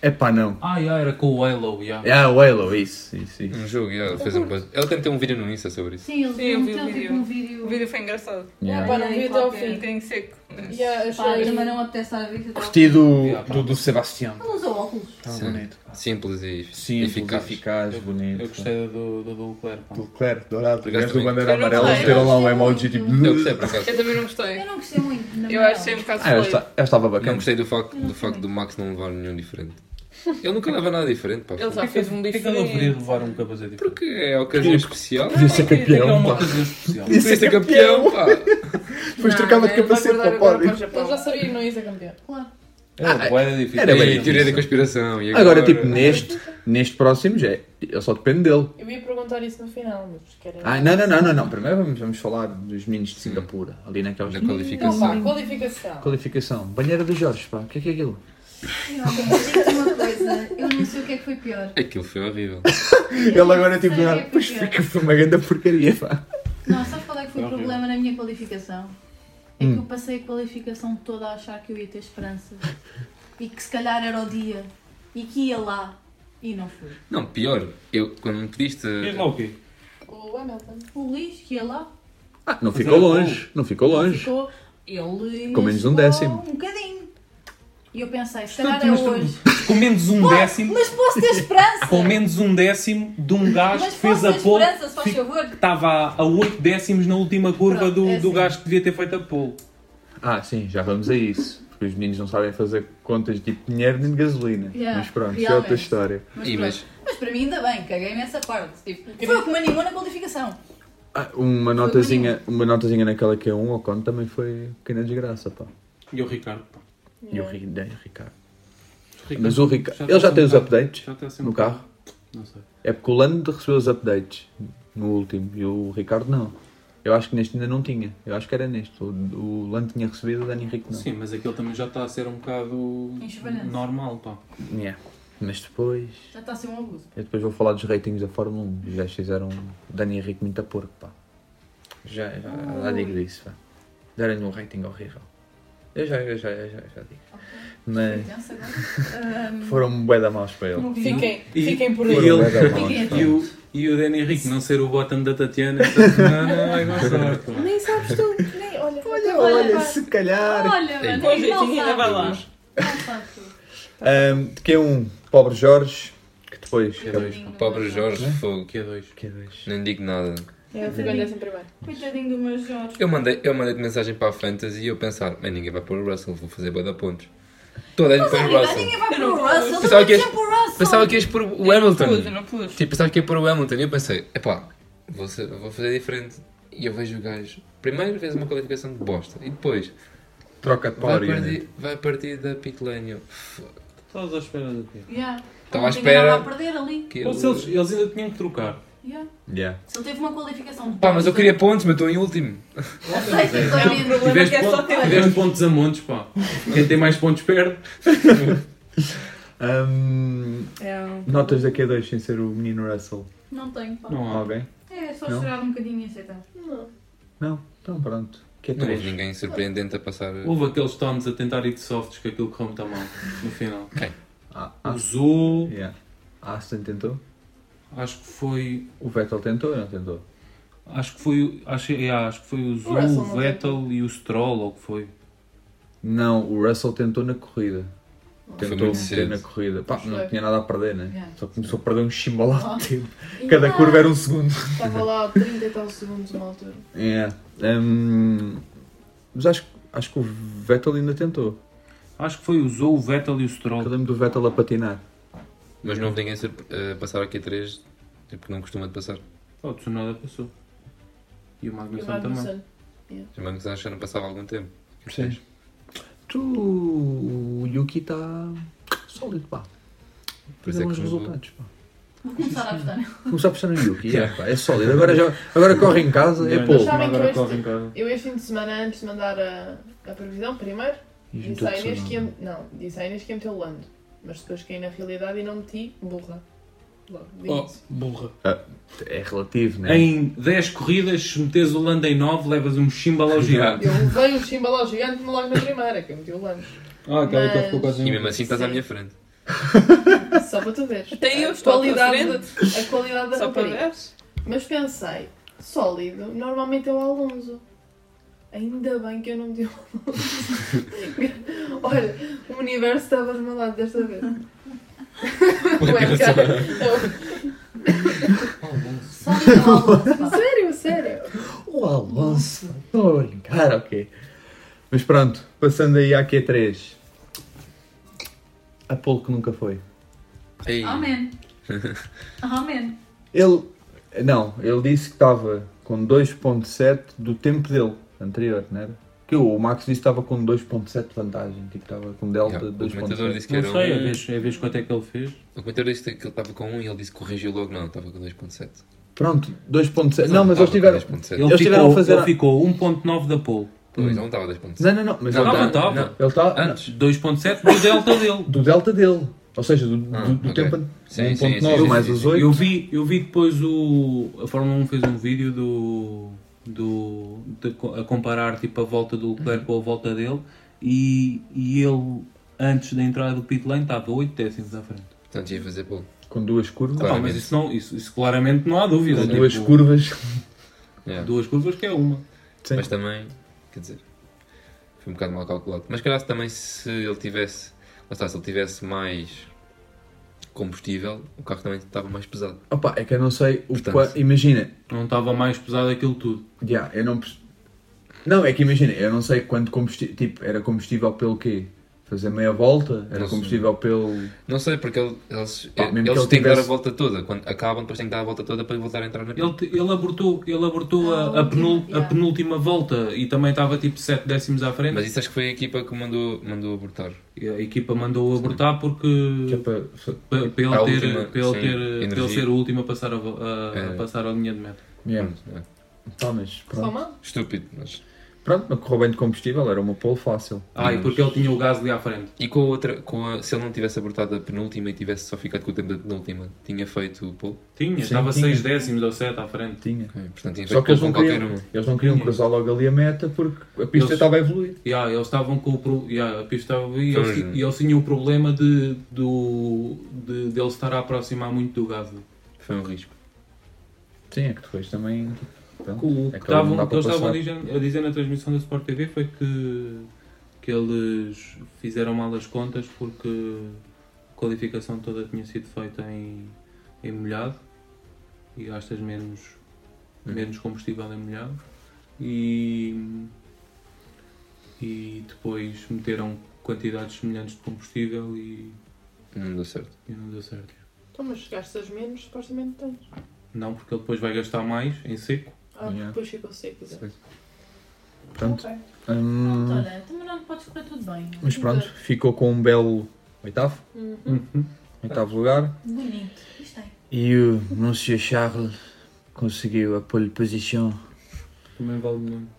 S5: É pá, não.
S6: Ah, yeah, era com o Halo, yeah.
S5: É o Halo, isso, isso, isso.
S4: Um jogo, yeah, ele fez um post. Ele tem ter um vídeo no Insta sobre isso.
S8: Sim,
S11: Sim, eu vi
S8: ele
S11: o
S8: meteu
S11: vídeo.
S8: tipo um vídeo.
S11: O vídeo foi engraçado.
S5: Yeah.
S9: Pá, não vi até ao
S11: Um
S9: fim.
S11: bocadinho seco. mas-
S9: Yeah,
S8: Pá, a
S9: achei-
S8: irmã não apetece estar a ver. tipo,
S5: Gostei do,
S6: Yeah, pá.
S5: do, do Sebastião.
S8: Ele usou óculos.
S5: Tá
S4: Sim.
S5: bonito.
S4: Simples e
S5: Sim,
S4: eficaz.
S5: eficaz, eficaz bonito.
S6: Eu gostei da do, da do Leclerc, pá.
S5: Do Leclerc,
S4: Eu
S5: dourado. O
S4: gosto
S5: gajo do
S4: muito.
S5: bandeira
S11: Eu não
S5: amarela
S11: sei,
S5: meteram
S8: eu
S5: lá um
S8: gostei
S5: emoji tipo.
S8: muito.
S4: Eu gostei, por acaso.
S11: Eu também não gostei.
S8: Eu não gostei muito. na
S11: Eu
S8: moral.
S11: achei um bocado
S5: Ah,
S11: feio.
S5: esta, esta estava bacana.
S4: Não gostei do facto do, facto do Max não levar nenhum diferente. Ele nunca leva nada diferente, pá.
S11: Ele já fez um
S6: Por que é que ele deveria
S11: diferente.
S6: levar um capacete diferente?
S4: Porque é a ocasião especial.
S5: Podia ser
S6: É que é
S5: campeão,
S6: uma
S5: pá.
S6: ocasião especial.
S5: Podia
S4: Por isso é campeão, pá.
S5: Depois
S11: Não,
S5: trocava de
S11: ele vai
S5: capacete
S11: guardar
S5: para o
S11: agora
S5: pódio.
S11: Japão.
S9: Eu já sabia que não ia ser campeão.
S8: Claro.
S6: Era bué difícil.
S5: Era
S4: É,
S5: bem
S4: teoria
S5: difícil.
S4: da conspiração. E
S5: Agora, tipo, neste, neste próximo já é. Ele só depende dele.
S9: Eu ia perguntar isso no final, mas querem.
S5: Ah, não, não, não, não, não. Primeiro vamos, vamos falar dos meninos de Singapura. Ali naquelas
S4: Na
S9: Não,
S4: qualificação.
S9: pá, Então qualificação.
S5: qualificação. Banheira dos Jorge, pá. O que é que é aquilo?
S8: Eu digo-te uma coisa, eu não sei o que é que foi pior.
S4: Aquilo foi horrível.
S5: Ele agora é tipo.
S8: Sei o que é
S5: ah,
S8: que
S5: Pois
S8: foi pior.
S5: fica foi uma grande porcaria, pá.
S8: Não, sabes qual é que foi o
S6: Não,
S8: problema na minha qualificação? É
S5: Hum.
S8: que eu passei a qualificação toda a achar que eu ia ter esperança. E que se calhar era o dia. E que ia lá. E não fui.
S4: Não, pior. Eu, quando me pediste...
S6: Diz lá o quê?
S9: O Hamilton.
S8: O Luís que ia lá.
S5: Ah, não ficou longe. Não ficou longe.
S8: Ficou. Ele.
S5: Com menos um
S8: chegou
S5: décimo.
S8: Um bocadinho. E eu pensei, se calhar é
S11: um
S8: hoje.
S6: Com menos um décimo,
S8: Mas posso ter esperança!
S6: com menos um décimo de um gajo
S8: Mas
S6: que fez a
S8: posso ter
S6: pole
S8: esperança, se faz favor.
S6: que estava a 8 décimos na última curva
S8: Pronto,
S6: do,
S8: é
S6: do
S8: assim.
S6: gajo que devia ter feito a pole.
S5: Ah, sim, já vamos a isso. Porque os meninos não sabem fazer contas de tipo dinheiro nem de gasolina.
S8: Yeah,
S5: Mas pronto, isso é
S8: realmente.
S5: outra história.
S8: Mas,
S4: Ih,
S8: pronto.
S4: mas-
S8: Mas para mim ainda bem, caguei nessa parte. Tipo, foi o que me animou na qualificação.
S5: Ah, uma notazinha, uma notazinha naquela que é um ao conto também foi pequena desgraça, pá.
S6: E o Ricardo, pá.
S5: E o Ri- daí o Ricardo.
S6: Ricardo,
S5: Mas o Ricardo,
S6: já tá
S5: ele já
S6: está
S5: tem os
S6: sentado.
S5: updates
S6: Já tá está sentado.
S5: no carro.
S6: Não sei.
S5: É porque o Lando recebeu os updates no último e o Ricardo não. Eu acho que neste ainda não tinha. Eu acho que era neste. O, o Lando tinha recebido, o Dani Henrique não.
S6: Sim, mas aquele também já está a ser um bocado
S8: Enxovalhante.
S6: normal, pá.
S5: Yeah. Mas depois.
S8: Já está a ser um abuso.
S5: Eu depois vou falar dos ratings da Fórmula 1. Os gajos fizeram o Dani Henrique muito a porco, pá. Já, já, já digo disso, pá. Deram-lhe um rating horrível. Eu já, eu já, eu já, eu já digo.
S4: É.
S5: Mas
S8: Pensa agora. Ahm,
S5: foram bué da maus para ele.
S9: Fiquem,
S6: E-
S9: fiquem por
S6: E
S9: aí.
S5: Foram bué da
S6: ele-
S5: maus,
S8: Ninguém
S5: pá.
S6: E o, e o Danny Henrique não ser o bottom da Tatiana esta semana, ai, não sorte. pá.
S9: Nem sabes tu. Nem, olha, tá
S5: Olha,
S8: Olha,
S5: olha,
S8: pá.
S5: se calhar.
S8: Olha, mano,
S11: Com
S8: não
S11: jeitinho ainda vai
S8: sabe.
S11: lá.
S8: Não sabe tudo.
S5: Ahm, de que é um pobre Jorge, que depois.
S8: Coitadinho do
S4: eh, Pobre
S8: meu
S4: Jorge, fogo.
S6: Que é dois.
S5: Que é dois.
S4: Não digo nada.
S9: Eu fico olhando assim primeiro.
S8: Coitadinho do meu Jorge.
S4: Eu mandei, eu mandei mensagem para a Fantasy e eu pensar, mas ninguém vai pôr o Russell, vou fazer boa da pontos. Toda a gente
S8: Mas
S4: põe o
S8: obrigado,
S4: Russell.
S8: ninguém vai para o Russell.
S4: Pensava
S8: Pensava
S4: que
S8: que
S4: este-
S8: sempre o Russell.
S4: Pensava que ias pôr o
S5: é,
S11: Não pus,
S4: Hamilton.
S11: não pus.
S4: Tipo, pensava que ia pôr o Hamilton e eu pensei, epá, vou, ser- vou fazer diferente. E eu vejo o gajo, primeiro fez uma qualificação de bosta e depois
S5: Troca de
S4: vai
S5: né? power
S4: partir,
S5: unit.
S4: vai partir da pit lane. Eu, "Fuck,
S6: Estás à espera do quê?
S8: Yeah.
S4: Estava à
S8: Não tinha nada
S4: espera.
S8: a perder ali.
S4: que
S6: Ou se eles, eles ainda tinham que trocar.
S8: Yeah.
S5: Yeah.
S8: Se ele teve uma qualificação de
S4: Pá, mas eu queria pontos, mas estou em último.
S11: Não, o
S8: Aceita,
S11: problema é que é só
S6: ponto-
S8: um.
S11: ter.
S6: tiveste pontos a montes, pá. Quem tem mais pontos perde.
S5: Ahm, notas da Q2 sem ser o menino Russell.
S8: Não tenho, pá.
S6: Não há.
S5: Alguém?
S8: É só
S5: Não?
S8: chorar um bocadinho e aceitar.
S5: Não? Então pronto.
S4: Não
S5: Q3.
S4: houve ninguém surpreendente a passar.
S6: Houve aqueles tons a tentar ir de softs que aquilo correu muito mal no final.
S5: Ah, ah,
S6: Usou,
S5: yeah. A Aston tentou?
S6: acho que foi.
S5: O Vettel tentou ou não tentou?
S6: Acho que foi. Acho, é, acho que foi o Zou,
S9: Russell
S6: o
S9: não
S6: Vettel e o Stroll, ou o que foi.
S5: Não, o Russell tentou na corrida.
S4: Foi
S5: Tentou
S4: muito
S5: meter
S4: cedo.
S5: na corrida. Pá, não
S9: Foi.
S5: tinha nada a perder, né?
S8: Yeah.
S5: Só começou a perder um
S4: Oh.
S5: chimbalado de tempo. Cada curva era um segundo.
S9: Estava lá 30 e tal segundos uma altura.
S5: Yeah. Ahm, Hum, mas acho, acho que o Vettel ainda tentou.
S6: Acho que foi o Zou, o Vettel e o Stroll.
S5: Eu lembro do Vettel a patinar.
S4: Mas não houve ninguém surpre- a passar aqui três, tipo, que não costuma de passar.
S6: Oh, o Tsunoda passou. E o
S9: E o
S6: Magnussen também.
S9: Magnussen.
S4: Já mesmo que já não passava há algum tempo.
S5: Sim. Tu, o Yuki está sólido, pá.
S4: Por isso é
S5: Fazer
S4: que
S5: uns
S4: não vou.
S5: resultados, pá.
S8: Vou começar a apostar nele.
S5: Começar a puxar no Yuki, é, pá, é sólido. Agora, já, agora corre em casa, é polo.
S9: Sabem que
S6: Agora
S9: este-
S6: corre em casa.
S9: Eu este fim de semana, antes de mandar a, a previsão, primeiro,
S5: E
S9: disse
S5: juntou-te
S9: à Inês
S5: só
S9: que ia...
S5: nada.
S9: Não, é? disse à Inês que ia meter o Lando. Mas depois caí na realidade e não meti burra. Logo, digo
S6: Oh,
S9: isso.
S6: burra.
S4: Ah,
S5: É relativo, né?
S6: Em 10 corridas, se metes o Landa em 9, levas um chimbal ao gigante.
S9: Eu levei um o chimbaló gigante logo na primeira, que eu meti o Lando.
S6: Ah,
S9: aquela que eu ficou quase
S4: assim, E mesmo assim estás à minha frente.
S7: Só para tu veres.
S11: Até eu
S7: A
S11: estou à tua
S7: qualidade
S11: frente.
S7: da- A qualidade da
S11: Só para
S7: rapariga.
S11: veres?
S7: Mas pensei, sólido, normalmente é o Alonso. Ainda bem que eu não meti o Alonso. Olha, o universo estava do meu lado desta vez. Ué, cara, eu-
S9: Só de algo.
S7: sério, sério.
S5: O Alonso, estou a brincar, ok. Mas pronto, passando aí à Q3. A pole que nunca foi.
S4: Ei,
S8: Ah,
S9: Amém. Amém.
S5: Ele, não, ele disse que estava com 2.7 do tempo dele, anterior, não era? Que o Max disse que estava com 2.7 de vantagem, tipo, estava com delta
S4: yeah, o comentador
S5: 2.7.
S4: disse que
S6: Não
S4: era
S6: sei, a
S4: um.
S6: vez, a vez quanto é que ele fez.
S4: O comentador disse que ele estava com 1 e ele disse que corrigiu logo, não, estava com 2.7.
S5: Pronto, 2.7. Não, mas
S4: estava
S5: eles tiveram.
S4: com 2.7.
S6: Ele,
S5: tiveram a
S6: ficou,
S5: fazer
S6: ele
S5: a-
S6: ficou 1.9 da pole.
S4: Pois, não estava 2.7.
S5: Não, não, não, mas
S4: Não,
S5: ele
S6: Estava,
S4: não,
S5: está.
S6: estava.
S4: não.
S5: Ele tá- está
S4: Antes.
S6: 2.7 do delta dele.
S5: do delta dele, ou seja, do, do-
S4: Ah,
S5: do
S4: ok.
S5: tempo
S4: Sim, sim,
S5: 1.9
S4: sim,
S5: mais
S4: sim,
S5: os
S4: sim.
S5: 8.
S6: Eu vi, eu vi depois o. A Fórmula 1 fez um vídeo do. do de co- a comparar tipo, a volta do
S5: Uhum.
S6: Leclerc com a volta dele e, e ele, antes da entrada do pit lane, estava 8 décimos à frente.
S4: Portanto, ia fazer pole.
S5: Com duas curvas.
S6: Ah,
S4: Claramente.
S6: mas isso, não, isso, isso claramente não há dúvida.
S5: Com
S6: tipo,
S5: duas curvas.
S4: Yeah.
S6: duas curvas que é uma.
S5: Sim.
S4: Mas também, quer dizer, foi um bocado mal calculado. Mas calhar também se ele tivesse, lá está, se ele tivesse mais combustível, o carro também estava mais pesado.
S5: Opa, é que eu não sei o
S4: Portanto.
S5: qua- Imagina,
S6: Não estava mais pesado aquilo tudo.
S5: já, eu não. pres- Não, é que imagina, eu não sei quanto combustível. Tipo, era combustível pelo quê? Fazer meia volta? Era
S4: Não sei.
S5: combustível pelo.
S4: Não sei, porque ele- eles,
S5: Pá, mesmo que
S4: eles
S5: ele
S4: têm que dar a
S5: tivesse-
S4: volta toda. Quando acabam, depois têm que dar a volta toda para voltar a entrar na
S6: Ele,
S4: pista.
S6: te- ele abortou, ele abortou a, a, penul- a penúltima volta e também estava tipo 7 décimos à frente.
S4: Mas isso acho que foi a equipa que mandou, mandou abortar.
S6: E a equipa mandou-o abortar porque.
S5: Que é para-
S4: A
S6: Para, para ele, ter,
S4: última,
S6: para ele,
S4: sim,
S6: ter, para ele
S4: energia.
S6: ser o último a passar a, vo- a- a
S4: É.
S6: passar a linha de meta.
S5: Yeah.
S4: É.
S5: Tá, mas
S9: Só
S5: pronto.
S9: mal.
S4: Estúpido, mas...
S5: Pronto, não correu bem de combustível, era uma pole fácil.
S6: Ah, e porque ele tinha o gás ali à frente.
S4: E com a outra, com a- se ele não tivesse abortado a penúltima e tivesse só ficado com o tempo da penúltima, tinha feito o pole?
S6: Tinha,
S5: Sim,
S6: estava
S5: tinha.
S6: 6 décimos ou 7 à frente.
S5: Tinha.
S4: Ok, Portanto, tinha
S5: Só
S4: feito
S5: que eles
S4: pole com
S5: não
S4: qualquer um.
S5: queriam,
S4: uma.
S5: eles não queriam
S6: Tinha.
S5: cruzar logo ali a meta porque a pista
S6: Eles-
S5: estava a evoluir.
S6: E ah, eles estavam com o pro... e, ah, a pista estava ali e
S4: Pois,
S6: eles, ti-
S4: né?
S6: e eles tinham o problema de, do, de, de ele estar a aproximar muito do gás.
S4: Foi um risco.
S5: Sim, é que depois também. pronto,
S6: O
S5: é
S6: que,
S5: que não
S6: estavam,
S5: dá
S6: o que
S5: para
S6: eles estavam a
S5: passar.
S6: dizer, a dizer na transmissão da Sport TV foi que, que eles fizeram mal as contas porque a qualificação toda tinha sido feita em, em molhado e gastas menos,
S5: Uhum.
S6: menos combustível em molhado e, e depois meteram quantidades semelhantes de combustível e,
S4: Não deu certo.
S6: e não deu certo.
S7: Então, mas gastas menos, supostamente tens.
S6: Não, porque ele depois vai gastar mais em seco.
S7: Ah, porque
S5: Yeah.
S7: depois ficou seco. então. exato.
S5: Portanto,
S7: Ok.
S5: hum,
S9: Pronto, olha, também não podes correr tudo bem.
S5: mas pronto, ficou com um belo oitavo,
S4: Uhum.
S5: oitavo lugar.
S9: Bonito. Isto é.
S5: E o Monsieur Charles conseguiu a pole position.
S6: Também vale muito.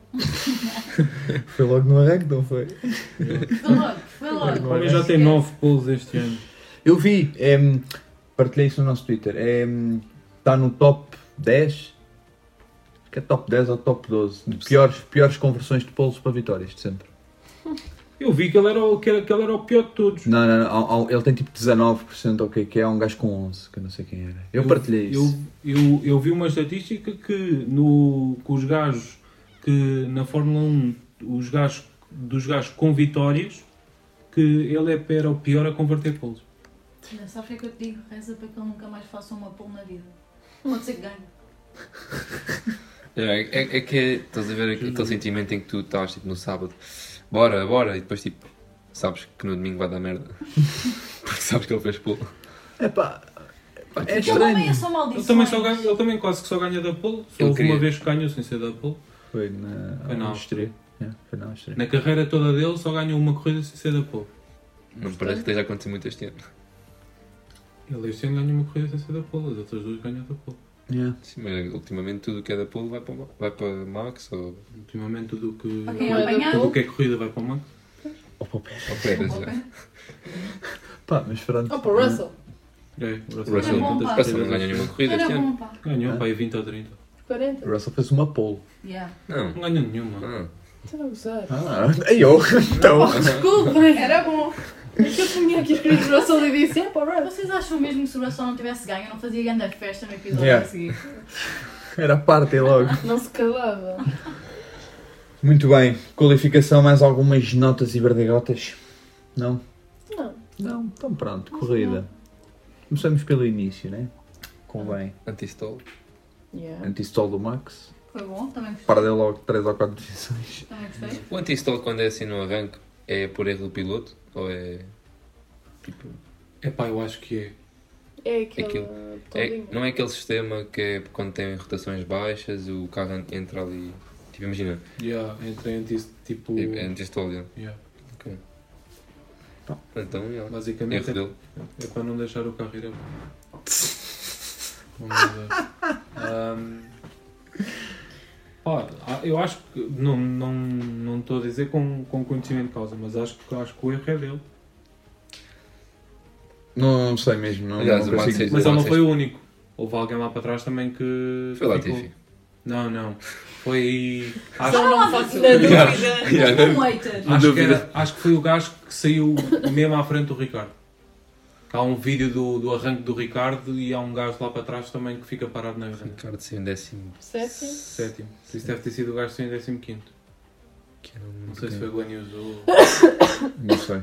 S5: Foi logo no arranque, não foi?
S9: Foi logo, foi logo.
S6: O homem já tem 9 polos este ano.
S5: Eu vi, em, partilhei isso no nosso Twitter. Está no top 10. Acho que é top 10 ou top 12. De piores, piores conversões de polos para vitórias de sempre.
S6: Eu vi que ele era o, que era, que ele era o pior de todos.
S5: Não, não, não. há- há- Ele tem tipo 19% ou o que é que é. Há um gajo com 11, que eu não sei quem era. Eu, partilhei isso.
S6: Eu, eu, eu vi uma estatística que, no, que os gajos que na Fórmula 1, os gajos, dos gajos com vitórias, que ele é- era o pior a converter polos.
S9: Olha, Sabe o que é que eu te digo? Reza para que ele nunca mais faça uma pole na vida. Pode ser que ganhe.
S4: É, é, é que é, estás a ver aquele aquele sentimento em que tu estás tipo, no sábado, bora, bora, e depois tipo, sabes que no domingo vai dar merda. Porque sabes que ele fez pulo.
S5: Epá, é
S9: Porque ele também é só
S6: Ele
S9: maldições.
S6: também, só ganha, ele também quase que só ganha da pole. Só
S4: Ele
S6: houve uma
S4: queria.
S6: vez que ganhou sem ser da pole.
S5: Foi na
S6: Foi na
S5: Áustria. Yeah, foi na Áustria.
S6: Na carreira toda dele só ganhou uma corrida sem ser da pole.
S4: Não me parece que esteja a acontecer muito este ano.
S6: Ele este ano ganhou uma corrida sem ser da pole, as outras duas ganham da pole.
S5: Yeah.
S4: Sim, mas ultimamente tudo o que é da pulo vai para, o Ma- vai para Max ou
S6: Ultimamente tudo o que,
S9: Para quem
S7: Olha,
S9: apanhar,
S6: tudo o que é corrida vai para o Max.
S5: Ou para o Pérez.
S4: ou Pérez. já.
S5: Pá, mas pronto.
S7: Oh, para o Russell.
S6: É,
S4: O Russell,
S9: bom, pá.
S4: o Russell não ganha nenhuma corrida
S9: Era
S4: este ano.
S9: bom, pá.
S6: Ganhou, pá, aí 20 ou 30.
S7: 40.
S5: O Russell fez uma pole.
S9: Yeah.
S4: Não.
S6: Não ganhou nenhuma.
S7: Então,
S4: Ah,
S7: Estás a gozar.
S5: Ah, eu? Então.
S7: Desculpem. Era bom. Mas É que eu tinha aqui escrito Russell e disse: é, pá, Russell.
S8: Vocês acham mesmo que se o Russell não tivesse ganho, eu não fazia grande festa no episódio
S5: Yeah.
S8: a seguir?
S5: Era parte é logo.
S7: Não se calava.
S5: Muito bem. Qualificação, mais algumas notas e verdegotas? Não?
S7: Não.
S5: Não, então pronto, corrida. Começamos pelo início, né? Convém.
S4: Antistol.
S7: Yeah.
S5: Antistol do Max.
S8: Foi bom, também gostei.
S5: Perdeu logo 3 ou 4 decisões.
S8: Também gostei.
S4: O antistol quando é assim no arranque é por erro do piloto ou é tipo
S6: Epá, eu acho que é.
S7: É aquele.
S4: Aquilo. É- não é aquele sistema que é quando tem rotações baixas, o carro en- entra ali. Tipo, imagina,
S6: Yeah, entre antes, tipo.
S4: é é antistol, já.
S6: yeah.
S4: Então, já. erro
S6: Basicamente é,
S4: dele.
S6: é para não deixar o carro ir a. Oh, meu Deus. Ahm, pá, ah, eu acho que. Não estou não, estou a dizer com, com conhecimento de causa, mas acho, que- acho que o erro é dele.
S5: Não, não sei mesmo, não,
S4: Aliás,
S5: não
S4: o
S5: consigo.
S4: Max é-
S6: Mas ele não
S4: vocês-
S6: foi o único. Houve alguém lá para trás também que.
S4: Foi
S6: que
S4: lá,
S6: ficou.
S4: Tiffy.
S6: Não, não. Foi.
S8: Só
S6: Acho,
S8: não faço na
S4: Yeah,
S8: dúvida. Um hater.
S6: acho, que era- acho que foi o gajo que saiu mesmo à frente do Ricardo. Há um vídeo do, do arranque do Ricardo e há um gajo lá para trás também que fica parado na grande.
S4: Ricardo saiu em décimo
S9: Sétimo?
S6: Sétimo. Por Isso deve ter sido o gajo que saiu em décimo quinto.
S4: que era um
S6: Não sei se foi o Glenn Hughes ou.
S5: Não sei.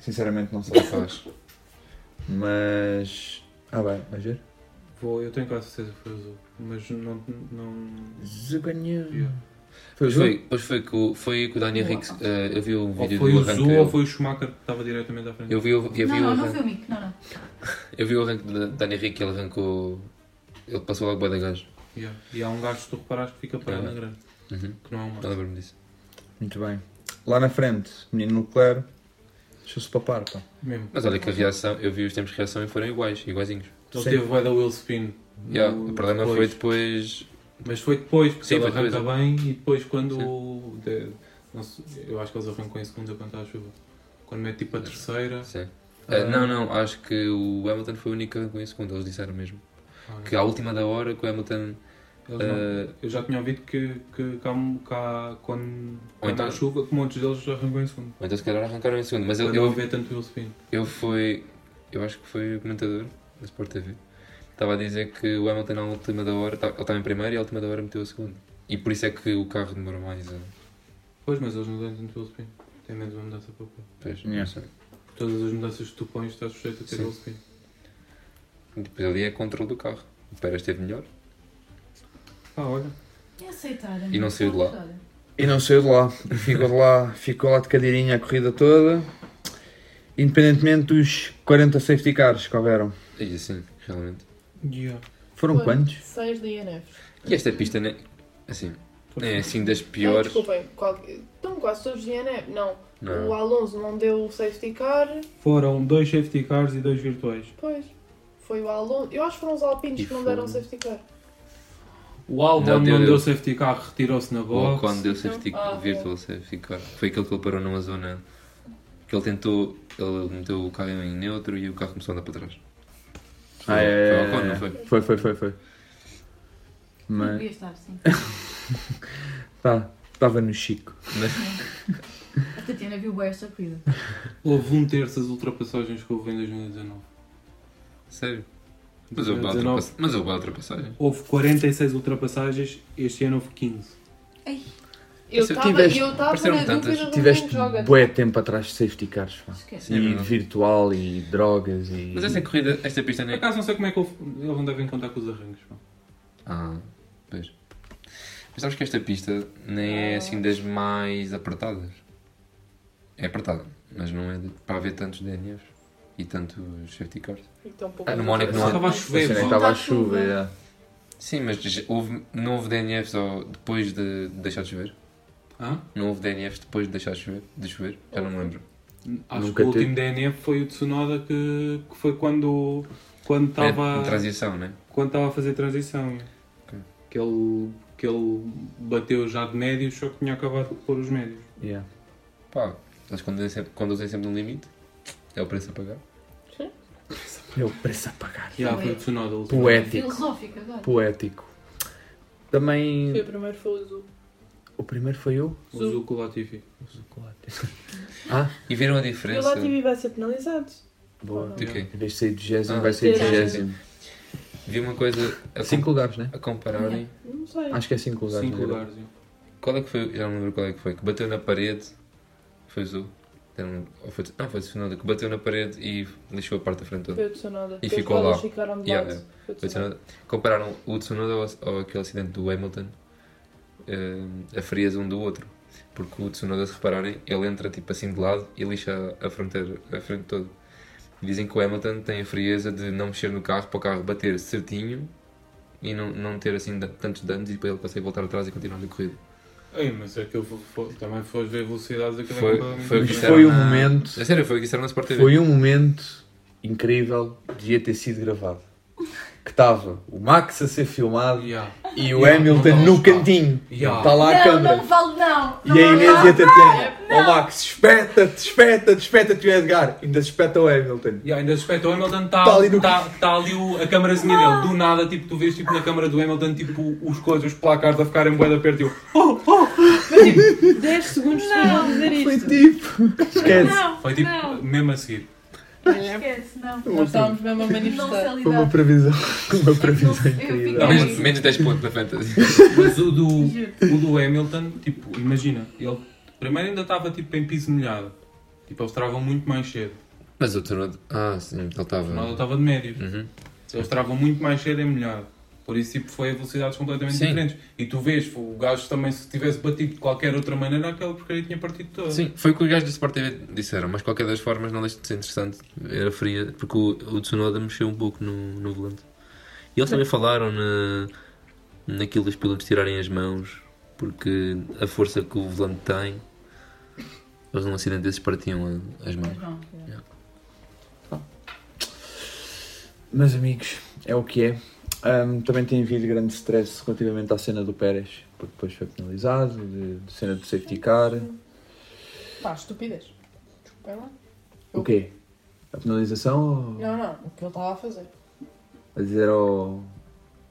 S5: Sinceramente não sei.
S4: rapaz.
S5: Mas. Ah bem, vais ver?
S6: Vou, eu tenho quase certeza que foi o Zul. Mas não. não... Yeah.
S5: Foi o
S4: Pois
S5: jogo?
S4: foi, pois foi que o, foi que o Dani Henrique, eh, eu vi o
S6: Ou
S4: vídeo
S6: foi
S4: do
S6: o
S4: arranque
S6: Zul ou
S4: dele.
S6: foi o Schumacher que estava diretamente à frente.
S4: Eu vi, o- eu vi
S8: Não,
S4: o
S8: não, não
S4: arranque,
S8: foi o Mico, não, não.
S4: eu vi o arranque do Dani Henrique, ele arrancou, ele passou logo bué da gajo.
S6: Yeah. E há um gajo, se tu reparares, que fica parado na grande.
S4: Uhum.
S6: Que não é um
S4: Eu lembro-me disso.
S5: Muito bem. Lá na frente, menino Leclerc, deixou-se papar, pá.
S6: Mesmo.
S4: Mas olha que a reação, eu vi os tempos de reação e foram iguais, iguaizinhos.
S6: Ele
S5: Sim.
S6: teve bué da wheel spin.
S4: Yeah,
S6: no-
S4: o problema foi
S6: depois.
S4: depois
S6: Mas foi depois, porque
S4: Sim,
S6: ele
S4: foi depois, é.
S6: arranca bem e depois quando. de- não sei, eu acho que eles arrancam em segunda quando está a chuva. Quando mete tipo a terceira.
S4: Sim. Eh, não, não, acho que o Hamilton foi o único que arrancou em segundo, eles disseram mesmo.
S6: Ah,
S4: Que à última da hora que o Hamilton.
S6: eles não-
S4: eh,
S6: eu já tinha ouvido que, que, que, há- que há- quando,
S4: Ou
S6: quando
S4: então-
S6: há chuva, que muitos deles arrancam em segundo.
S4: ou então se calhar arrancaram em segundo, mas
S6: Para
S4: eu,
S6: não
S4: eu,
S6: haver tanto wheel spin.
S4: eu fui. Eu acho que foi o comentador da Sport TV. Estava a dizer que o Hamilton à última da hora. ta- Ele estava em primeiro e à última da hora meteu a segundo. E por isso é que o carro demorou mais a.
S6: Pois, mas eles não têm tanto wheel spin. Tem menos uma mudança para pôr.
S4: Pois,
S5: Yeah.
S4: não sei.
S6: Por Todas as mudanças que tu pões estás sujeito a ter
S4: Sim.
S6: wheel spin.
S4: Depois ali é controle do carro. O Pérez esteve melhor.
S6: Ah, olha.
S8: E aceitaram.
S4: E não saiu de lá.
S5: E não saiu de lá. E Ficou de lá, ficou lá de cadeirinha a corrida toda. Independentemente dos 40 safety cars que houveram.
S4: E assim, realmente.
S6: Yeah.
S5: Foram
S7: Foi.
S5: quantos?
S7: 6 de INF.
S4: E esta pista, né? Assim,
S6: Foi.
S4: é assim das piores.
S7: Desculpem, qual... estão quase todos de INF. Não. O
S4: Não.
S7: Alonso não deu o safety car,
S6: Foram dois safety cars e dois virtuais.
S7: pois. Foi o Alonso. Eu acho que foram os Alpinos
S4: E
S7: que não
S4: foi-
S7: deram o safety car.
S6: O Albon
S4: Não,
S6: não,
S4: deu-
S6: deu,
S4: deu.
S6: safety car, retirou-se na
S4: Ou
S6: box.
S4: quando deu safety
S8: Ah,
S4: virtual safety car. Foi aquele que ele parou numa zona que ele tentou, ele meteu o carro em neutro e o carro começou a andar para trás. Foi,
S5: Ah, é,
S4: foi ao Ocon,
S5: é,
S4: não
S5: é.
S4: foi?
S5: Foi, foi, foi, foi.
S8: Não
S5: Mas
S8: devia estar, sim.
S5: tá, estava no Chico.
S8: A Tatiana viu bem esta corrida.
S6: Houve um terço das ultrapassagens que houve em 2019.
S4: Sério? Mas houve lá
S6: 19.
S4: ultrapassa- mas houve lá ultrapassagem.
S6: Houve 46 ultrapassagens, este ano houve 15.
S7: Eu
S4: É, Se eu
S7: estava eu
S5: tiveste-
S7: estava
S4: apareceram
S7: na
S4: tantas,
S7: dúvida do
S5: Tiveste
S7: joga.
S5: bué tempo atrás de safety cars, pá.
S8: Esquece.
S4: Sim, é
S5: E
S4: verdade.
S5: virtual, e drogas, e...
S4: Mas é esta corrida, esta pista
S6: Por
S4: nem.
S6: acaso não sei como é que houve, eles não devem contar com os arranques. pá.
S4: Ah, pois. Mas sabes que esta pista nem
S9: Ah.
S4: é assim das mais apertadas. É apertada, mas não é de- para haver tantos DNFs e tantos safety cars.
S7: Então, pouco
S4: Ah, no Mónaco não
S6: Só
S4: há
S6: estava a
S5: Essa
S6: chover.
S5: nem
S6: pá.
S5: estava
S8: tá
S5: à chuva, é.
S4: Sim, mas já houve, não houve DNFs ao- depois de deixar de chover?
S6: Hã?
S4: Não houve DNFs depois de deixar de chover? De chover? Já não me lembro.
S6: Acho
S5: Nunca
S6: que o
S5: teve.
S6: último DNF foi o Tsunoda que, que foi quando quando
S4: É, em
S6: estava
S4: transição, né?
S6: quando estava a fazer transição.
S4: Ok.
S6: Que, ele, que ele bateu já de médios, só que tinha acabado de pôr os médios.
S5: Yeah.
S4: Pá, eles conduzem sempre, conduzem sempre no limite. É o preço a pagar.
S5: É o preço a
S4: Ah,
S5: pagar.
S6: E yeah, foi o Tsunoda. o último.
S5: Poético,
S8: Filosófico agora.
S5: poético. Também
S9: Foi o primeiro foi o azul.
S4: O primeiro foi o?
S6: O Zuko Latifi.
S4: Ah, e viram a diferença?
S9: E o Latifi vai ser penalizado.
S4: Boa.
S6: De quê?
S4: Em
S12: vez de sair de gésimo,
S4: Ah,
S12: vai sair de
S9: sim.
S12: gésimo.
S4: Vi uma coisa a, com-
S5: 5 lugares, né?
S4: a compararem.
S9: Não sei.
S5: Acho que é 5 lugares.
S6: 5
S5: né?
S6: lugares. sim.
S4: Qual é que foi? Já não lembro qual é que foi. Que bateu na parede. Foi azul. Já Não, ou foi, não, foi Tsunoda. Que bateu na parede e lixou a parte da frente toda.
S9: Foi o Tsunoda.
S4: E
S9: que as
S4: ficou
S9: bolas
S4: lá.
S9: ficaram de
S4: Yeah,
S9: lado.
S4: yeah.
S9: Foi o
S4: Foi
S9: Tsunoda.
S4: Tsunoda. Compararam o Tsunoda ao, ao aquele acidente do Hamilton. eh, a frieza um do outro. Porque o Tsunoda, se repararem, ele entra tipo assim de lado e lixa a fronteira, a frente toda. Dizem que o Hamilton tem a frieza de não mexer no carro para o carro bater certinho e não, não ter assim da- tantos danos e depois ele consegue voltar atrás e continuar a corrida.
S6: Ei, mas é aquilo fo- fo- também foi ver velocidades aquilo é
S4: Foi-
S6: completamente
S4: foi o que
S5: Mas
S6: diferente.
S4: disseram
S5: foi um
S4: na-
S5: momento.
S4: É sério, foi o que disseram na Sport TV.
S5: Foi um momento incrível, devia ter sido gravado. Que estava o Max a ser filmado
S6: Yeah.
S5: e o
S6: Yeah,
S5: Hamilton
S6: não dá,
S5: no
S6: não dá.
S5: cantinho. Está
S6: Yeah.
S5: lá a
S8: Não,
S5: câmera.
S8: não vale não.
S5: E a Inês e a Tatiana. Ó Oh, Max, espeta-te, espeta-te, espeta-te o Edgar. Ainda se espeta o Hamilton.
S6: E ainda suspeito, o Hamilton está
S5: Tá ali no-
S6: tá, tá ali o- a câmerazinha dele. Do nada, tipo, tu vês tipo, na câmara do Hamilton tipo, os coisas, os placares a ficarem bué de aperto e eu, oh, oh.
S9: 10 segundos depois vão dizer
S5: Foi
S9: isto.
S5: tipo. Esquece.
S8: Não,
S6: Foi tipo,
S8: não.
S6: mesmo a seguir.
S8: Esquece, não.
S9: Nós estávamos mesmo a
S8: Não
S9: manifestar.
S5: Foi uma
S8: salidade.
S5: previsão. Uma previsão
S8: Eu
S5: incrível.
S8: fiquei-
S4: Menos, menos 10 pontos na fantasy.
S6: Mas o do,
S8: Juro.
S6: o do Hamilton, tipo, imagina, ele primeiro ainda estava tipo em piso molhado. Tipo, eles travam muito mais cedo.
S4: Mas o Tsunoda. Ah, sim, ele
S6: Ronaldo
S4: estava.
S6: estava de médios.
S4: Uhum.
S6: Eles travam muito mais cedo e melhor. Por isso, tipo, foi a velocidades completamente
S4: Sim.
S6: diferentes. E tu vês, o gajo também, se tivesse batido de qualquer outra maneira, aquela porcaria tinha partido toda.
S4: Sim, foi o que os gajos da Sport TV disseram, mas qualquer das formas não deixa de ser interessante. Era fria, porque o, o Tsunoda mexeu um pouco no, no volante. E eles também falaram na, naquilo dos pilotos tirarem as mãos, porque a força que o volante tem, eles num acidente desses partiam a- as mãos.
S8: Mas não.
S5: Meus amigos, é o que é. Ahm, também tem havido grande stress relativamente à cena do Pérez, porque depois foi penalizado, de, de cena do safety car.
S9: Pá, estupidez. Desculpem lá.
S5: O quê? A penalização ou
S9: Não, não. O que ele estava a fazer.
S5: a dizer ao,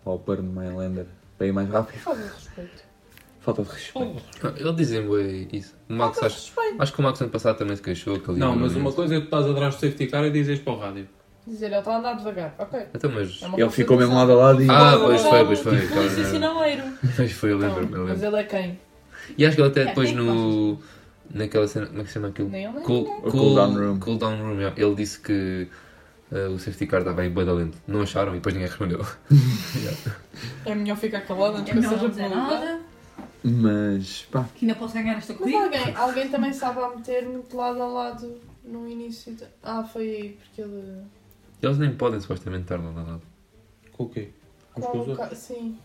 S5: ao Burn Mylander para ir mais rápido?
S9: Falta de respeito.
S5: Falta de respeito.
S4: Ah, Eles dizem bué isso. O Max,
S9: Falta de
S4: acho,
S9: respeito.
S4: acho que o Max ano passado também se queixou. Que ali
S6: Não, mas uma coisa é que tu estás atrás do safety car e dizes para o rádio.
S9: Dizer, ele está a andar devagar. Ok.
S4: Então, mas.
S9: É uma
S5: Ele
S9: força
S5: ficou
S9: de
S5: mesmo
S9: ação.
S5: lado a lado e.
S4: Ah, pois foi, pois foi.
S9: Tipo, polícia sinaleiro.
S4: Pois foi, eu lembro-me, eu
S9: Então, Mas
S4: lembro.
S9: ele é quem?
S4: E acho que ele até
S8: É,
S4: depois
S8: tem
S4: no. Naquela cena. Como é que se chama aquilo?
S9: Nem ele, nem
S4: Cool,
S5: O cool down room.
S4: cool down room, yeah. Ele disse que eh, o safety car estava em bada lento. Não acharam e depois ninguém respondeu.
S9: É melhor ficar calado antes
S8: É
S9: que
S8: melhor
S9: seja
S8: não dizer
S9: penalizado.
S8: nada.
S5: Mas pá,
S8: Que ainda posso ganhar esta
S9: Mas
S8: corrida.
S9: alguém, alguém também estava a meter muito lado a lado no início. de- Ah, foi aí, porque ele.
S4: Eles nem podem supostamente estar lá lado.
S6: Com o quê? Uns
S9: Qual
S6: com
S9: o
S6: os outros.
S9: ca- Sim,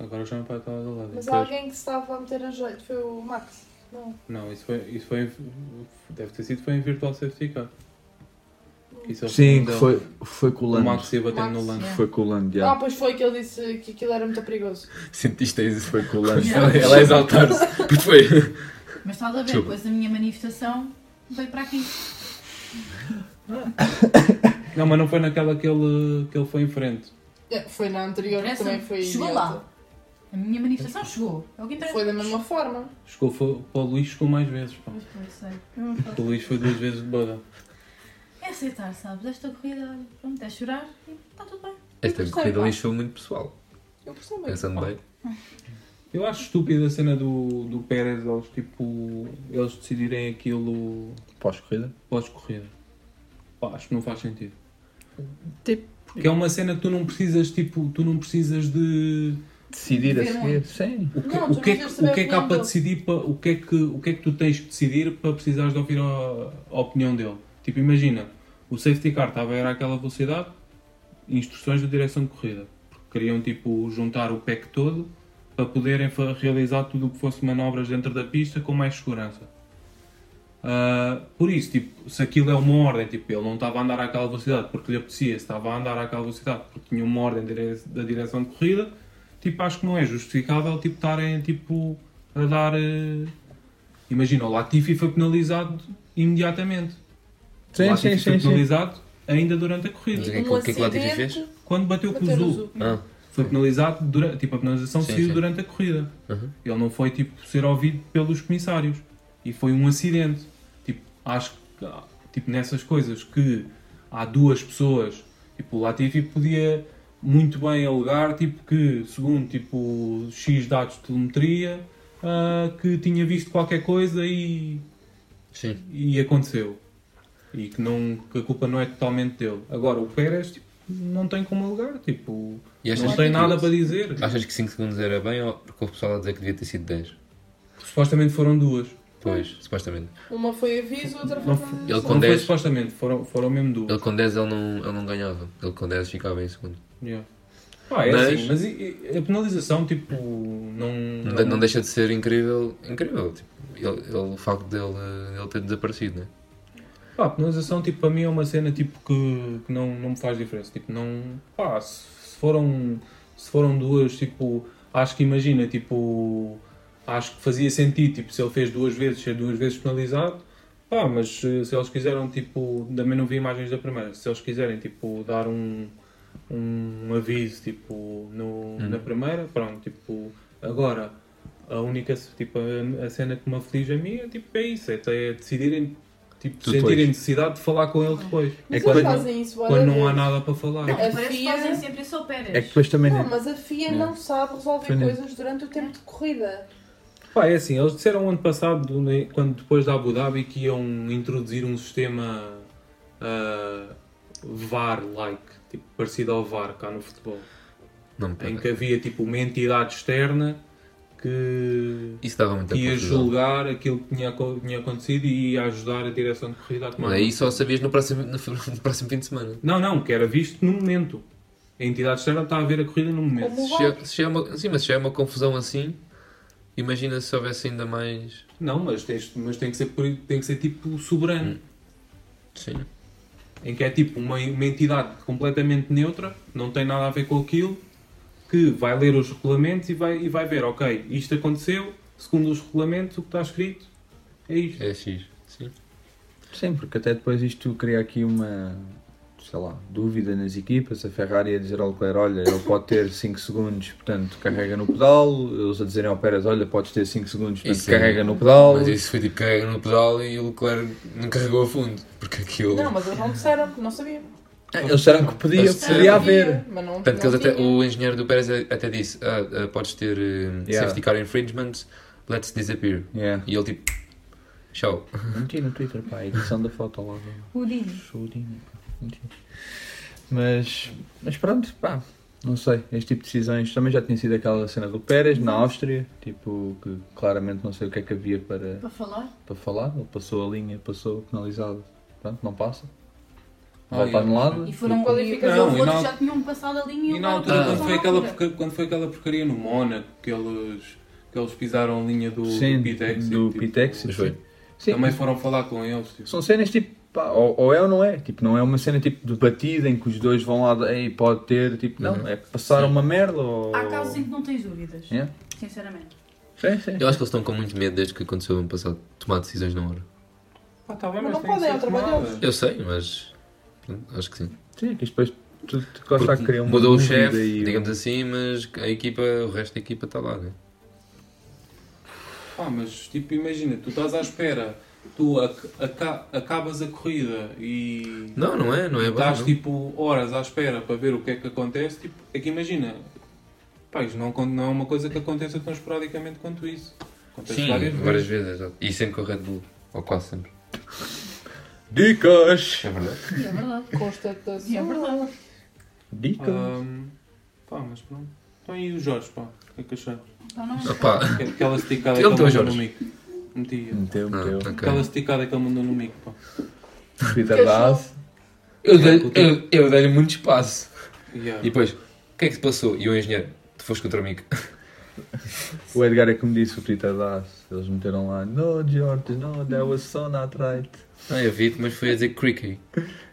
S6: Agora chama para estar do lado.
S9: mas
S6: Pois.
S9: alguém que se estava a meter a jeito foi o Max. Não,
S6: Não, isso foi, isso foi. Deve ter sido foi em virtual safety car. Isso é o
S5: sim, que
S6: dele.
S5: foi, foi com o
S6: O Max
S5: Lando.
S6: ia batendo
S9: Max,
S6: no lance.
S5: Foi com o Lando,
S9: Ah,
S5: já.
S9: pois foi que ele disse que aquilo era muito perigoso.
S4: Sentiste isso?
S5: Foi com o Lando.
S4: Ela
S6: é
S4: a exaltar-se. Pois foi.
S8: Mas estás a ver,
S4: Desculpa.
S8: depois da minha manifestação veio para aqui.
S6: Não, mas não foi naquela que ele, que ele foi em frente.
S9: É, foi na anterior que
S8: Essa
S9: também foi.
S8: chegou
S9: idiota.
S8: lá. A minha manifestação chegou. É o que interessa.
S9: Foi da mesma forma.
S6: Chegou foi, para o Luís, chegou mais vezes. Pá.
S8: Mas pronto, sei.
S6: O Luís foi duas vezes de boda.
S8: É aceitar, sabes? Esta corrida, olha, pronto, é chorar e está tudo bem.
S4: Esta corrida lixou muito pessoal.
S9: Eu percebo.
S4: Pensando bem.
S6: Eu acho estúpida a cena do, do Pérez, eles tipo. eles decidirem aquilo
S5: Pós-corrida.
S6: pós-corrida. Pá, acho que não faz sentido. Porque é uma cena que tu não precisas, tipo, tu não precisas de.
S5: Decidir a
S8: Ver
S5: seguir, sim.
S6: O que,
S9: Não,
S6: o
S9: tu
S6: que, é, que,
S9: precisas
S6: o que é
S9: saber
S6: que
S9: a
S6: há
S9: opinião
S6: para
S9: dele.
S6: decidir? Para, o, que é que, o que é que tu tens de decidir para precisares de ouvir a, a opinião dele? Tipo, imagina, o safety car estava a ir àquela velocidade, instruções da direção de corrida. Porque queriam, tipo, juntar o pack todo para poderem fa- realizar tudo o que fosse manobras dentro da pista com mais segurança. Ah, por isso, tipo, se aquilo é uma ordem, tipo, ele não estava a andar àquela velocidade porque lhe apetecia, se estava a andar àquela velocidade porque tinha uma ordem dire- da direção de corrida, tipo, acho que não é justificável, tipo, estarem, tipo, a dar... eh, Imagina, o Latifi foi penalizado imediatamente. o
S5: Sim,
S6: Latifi
S5: sim,
S6: foi
S5: sim. sim.
S6: penalizado ainda durante a
S4: Mas o
S6: corrida,
S4: que é que- o que é que o Latifi fez?
S6: quando bateu com o
S9: Bater no
S6: Zul.
S9: Zul.
S4: Ah,
S6: Foi penalizado, durante, tipo, a penalização
S4: Sim,
S6: saiu
S4: sim.
S6: durante a corrida.
S4: Uhum.
S6: Ele não foi, tipo, ser ouvido pelos comissários. E foi um acidente. Tipo, acho que, ah, tipo, nessas coisas que há duas pessoas, tipo, o Latifi podia muito bem alegar, tipo, que segundo, tipo, X dados de telemetria, ah, que tinha visto qualquer coisa e
S4: Sim.
S6: e aconteceu. E que, não, que a culpa não é totalmente dele. Agora, o Pérez tipo, não tem como alegar, tipo,
S4: E achas
S6: não
S4: que
S6: tem
S4: aquilo-
S6: nada para dizer.
S4: Achas que 5 segundos era bem ou porque o pessoal a dizer que devia ter sido 10?
S6: Supostamente foram duas.
S4: Pois, supostamente.
S9: Uma foi aviso, outra foi.
S6: Não, foi-
S4: Ele
S6: não
S4: com
S6: foi
S4: 10.
S6: supostamente, foram, foram mesmo duas.
S4: Ele com 10 ele não, ele não ganhava. Ele com 10 ficava em segundo.
S6: Yeah. Pá, é
S4: Mas-
S6: assim, mas e- e a penalização, tipo, não.
S4: Não, de- não deixa de ser incrível. Incrível. Tipo, ele, ele- o facto dele, ele ter desaparecido, né?
S6: Pá, a penalização, tipo, para mim é uma cena tipo, que, que não, não me faz diferença. Tipo, não. Pá, se, se foram, se foram duas, tipo, acho que imagina, tipo, acho que fazia sentido, tipo, se ele fez duas vezes, ser duas vezes penalizado. Pá, mas eh, se eles quiseram, tipo, também não vi imagens da primeira, se eles quiserem, tipo, dar um, um aviso, tipo, no, na primeira, pronto, tipo, agora, a única, tipo, a, a cena que me aflige a mim é, tipo, é isso, é, é decidirem, tipo,
S4: Depois.
S6: sentirem necessidade de falar com ele depois.
S9: Mas
S6: é quando,
S9: eles fazem isso,
S6: quando não há
S9: olha,
S6: nada para falar.
S9: Não,
S8: É, parece que
S9: Fia-
S8: fazem sempre isso ao Pérez.
S5: É que depois também.
S9: Não, mas a
S6: É.
S9: FIA não sabe resolver
S5: Foi nem-
S9: coisas durante o tempo de corrida.
S6: Pá, é assim, eles disseram ano passado, né, quando depois da Abu Dhabi, que iam introduzir um sistema ah, VAR-like, tipo, parecido ao VAR cá no futebol,
S4: Não me
S6: em
S4: pega.
S6: que havia tipo uma entidade externa que
S4: Isso dava muita
S6: ia
S4: confusão.
S6: julgar aquilo que tinha, aco- tinha acontecido e ia ajudar a direção de corrida a tomar.
S4: Aí é? só sabias no próximo, no, no próximo fim de semana.
S6: Não, não, que era visto no momento. A entidade externa está a ver a corrida no momento.
S9: Como
S4: Se já- se já é uma- sim, mas se já é uma confusão assim, imagina se houvesse ainda mais.
S6: Não, mas, tens- mas tem, que ser, por- tem que ser tipo soberano.
S4: Sim.
S6: em que é tipo uma, uma entidade completamente neutra, não tem nada a ver com aquilo, que vai ler os regulamentos e vai, e vai ver, ok, isto aconteceu, segundo os regulamentos, o que está escrito é isto.
S4: É X. Sim.
S5: Sim, porque até depois isto cria aqui uma, sei lá, dúvida nas equipas. A Ferrari a dizer ao Leclerc, olha, ele pode ter 5 segundos, portanto carrega no pedal. Eles a dizerem ao Pérez, olha, podes ter 5 segundos, portanto
S4: Isso é-
S5: carrega no pedal.
S4: Mas isso foi tipo carrega no pedal e o Leclerc não carregou a fundo. Porque aquilo.
S9: Não, mas eles não disseram, que não sabiam.
S5: Ah, Eles disseram que podia,
S4: Mas-
S5: podia haver.
S9: Mas não,
S4: Tanto que
S9: não
S4: eles até,
S9: tinham.
S4: o engenheiro do Pérez até disse: ah, ah, podes ter eh,
S5: Yeah.
S4: safety car infringement, let's disappear.
S5: Yeah.
S4: E ele tipo, tchau.
S5: Meti no Twitter, pá, a edição da foto logo.
S8: O Dino.
S5: Chudinho, pá, meti. Mas, mas pronto, pá, não sei. Este tipo de decisões também já tinha sido aquela cena do Pérez na Áustria, tipo, que claramente não sei o que é que havia para.
S8: Para falar?
S5: para falar, ele passou a linha, passou penalizado, pronto, não passa.
S6: Ah,
S5: Volta
S6: é.
S5: anulado.
S8: E foram
S5: Tipo,
S8: qualificados.
S6: Não,
S8: Houve
S6: e na
S8: outros
S6: al-
S8: já tinham passado a linha
S6: E na
S8: houve
S6: altura,
S8: outros
S6: quando foi,
S8: que passaram à
S6: aquela,
S8: altura.
S6: porca- quando foi aquela porcaria no Mónaco, que eles, que eles pisaram a linha do,
S5: Sim,
S6: do Pitex,
S5: do
S6: tipo,
S5: Pitex, sim.
S4: Mas foi.
S5: Sim,
S6: também foram falar com eles. Tipo.
S5: são cenas tipo, pá, ou, ou é ou não é. Tipo, não é uma cena tipo debatida em que os dois vão lá e pode ter, tipo, não,
S4: Uhum.
S5: é passar uma merda ou...
S8: Há casos em que não tens dúvidas,
S5: Yeah.
S4: É?
S8: sinceramente.
S5: Sim, sim.
S4: Eu acho que eles estão com muito medo desde que aconteceu o ano passado, tomar decisões na hora.
S6: Pá, tá bem,
S9: Mas não
S6: tem que
S9: podem,
S6: ser
S9: é o trabalho
S6: tomada.
S4: Eu sei, mas pronto, acho que sim.
S5: Sim, que depois tu, tu costa a criar uma
S4: Mudou o
S5: dúvida
S4: chefe,
S5: e-
S4: digamos assim, mas a equipa, o resto da equipa está lá, né?
S6: Pá, mas tipo, imagina, tu estás à espera, tu ac- aca- acabas a corrida e.
S4: Não, não é, não é bom.
S6: Estás
S4: não.
S6: tipo horas à espera para ver o que é que acontece, tipo, é que imagina, pá, isto não, acon- não é uma coisa que aconteça tão esporadicamente quanto isso. Acontece
S4: Sim,
S6: várias vezes.
S4: várias vezes. exato. E sempre com a Red Bull, ou quase sempre.
S5: Dicas!
S4: É verdade.
S8: E é verdade.
S9: Constatação.
S8: E é verdade.
S5: Dicas!
S6: Ahm, pá, mas pronto. Então e o Jorge, pá, o que é que achaste?
S8: Então não
S4: Opa,
S6: Que- é Aquela esticada que
S4: Ele
S6: ele
S4: meteu o
S6: mandou no
S4: Jorge.
S6: mico. Meti. é.
S5: Meteu,
S4: não,
S5: meteu.
S4: Ah, ok.
S6: Aquela esticada que ele mandou no mico, pá.
S5: Twitter da Ace.
S4: Eu dei- eu- eu dei-lhe muito espaço.
S6: Yeah.
S4: E depois, o que é que se passou? E o engenheiro, tu foste contra mim.
S5: O Edgar é que me disse o Twitter da Ace. Eles meteram lá, no George, no, that was so not right.
S4: Ah, eu vi-te, mas foi a dizer creaky.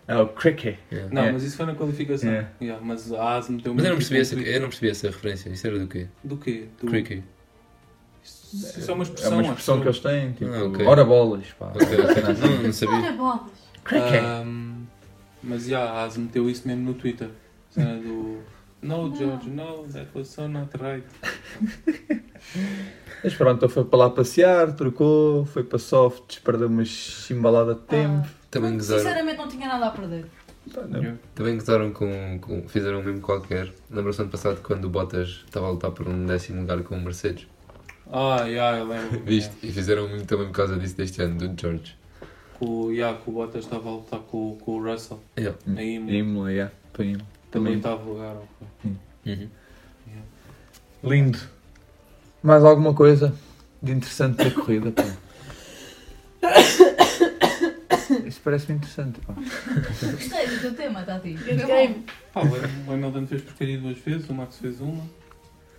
S5: É o Cricket.
S6: Não,
S5: É.
S6: mas isso foi na qualificação.
S5: É.
S6: Yeah, mas a Asa meteu
S4: Mas eu não
S6: muito
S4: percebi essa, é.
S6: tipo
S4: eu não percebi essa referência. Isso era do quê?
S6: Do quê? Do...
S4: Creaky.
S6: Isso isso é uma
S5: É
S6: expressão,
S5: uma expressão
S6: acho
S5: que eles têm, tipo,
S4: Ah, ok. Ah.
S5: ora bolas, pá.
S4: Ok, ok. Não, não sabia.
S8: Olha bolas.
S6: Ahm, mas já, a Asa meteu isso mesmo no Twitter. Cena do. No, George, no, é that was so not right.
S5: Mas pronto, ele foi para lá passear, trocou, foi para softs, perdeu uma chimbalada de tempo.
S4: Também gozaram.
S8: Sinceramente não tinha nada a perder.
S5: Pá, não.
S4: Também gozaram com, com- Fizeram o mesmo qualquer. Lembra-se ano passado quando o Bottas estava a lutar por um décimo lugar com o Mercedes.
S6: Ah, yeah, eu lembro.
S4: Viste? E fizeram o mesmo também por causa disso deste ano, do George.
S6: Yeah. Com, o- yeah, com o Bottas estava a lutar com, com o Russell.
S4: Yeah.
S6: Na Imola.
S5: Imola, yeah, para Imola.
S6: Também
S5: Também.
S6: estava lugar. ok.
S5: Lindo. Mais alguma coisa de interessante da corrida, pá? Isso parece-me interessante, pá.
S8: Gostei do teu tema, Tati.
S7: Good
S8: Foi bom.
S7: game.
S6: Pá, o Hamilton fez porcaria duas vezes, o Max fez uma.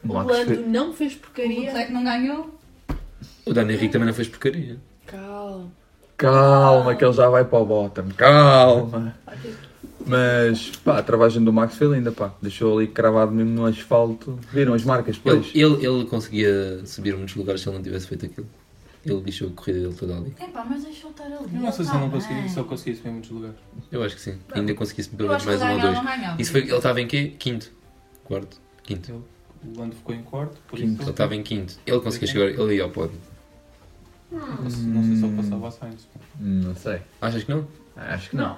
S5: O
S7: O
S5: Max fez-
S7: Lando não fez
S8: O
S7: porcaria.
S8: Leclerc não ganhou.
S4: O Dani Henrique também não fez porcaria.
S7: Calma.
S5: Calma, que ele já vai para o bottom. Calma. Mas, pá, a travagem do Max foi linda, pá. Deixou ali cravado mesmo no asfalto. Viram as marcas,
S4: Ele,
S5: pois?
S4: ele, ele conseguia subir muitos lugares se ele não tivesse feito aquilo. Ele deixou a corrida dele toda ali.
S8: Epá, mas deixou estar ali.
S6: Eu não sei se
S8: Tá
S6: ele não
S8: bem.
S6: conseguia, se ele conseguisse ver em muitos lugares.
S4: Eu acho que sim. Ainda conseguisse pelo
S8: Eu
S4: menos
S8: acho
S4: mais
S8: que ele
S4: um ou
S8: ganhava,
S4: dois.
S8: não ganhava.
S4: Isso foi, ele estava em quê? Quinto. Quarto. Quinto.
S6: O Lando ficou em quarto, por
S5: Quinto.
S4: Ele
S6: isso.
S4: estava em quinto. Ele conseguia chegar, ele ia ao pódio.
S6: Não sei- Não sei se ele passava a Sainz.
S5: Não sei.
S4: Achas que não?
S5: Acho que não.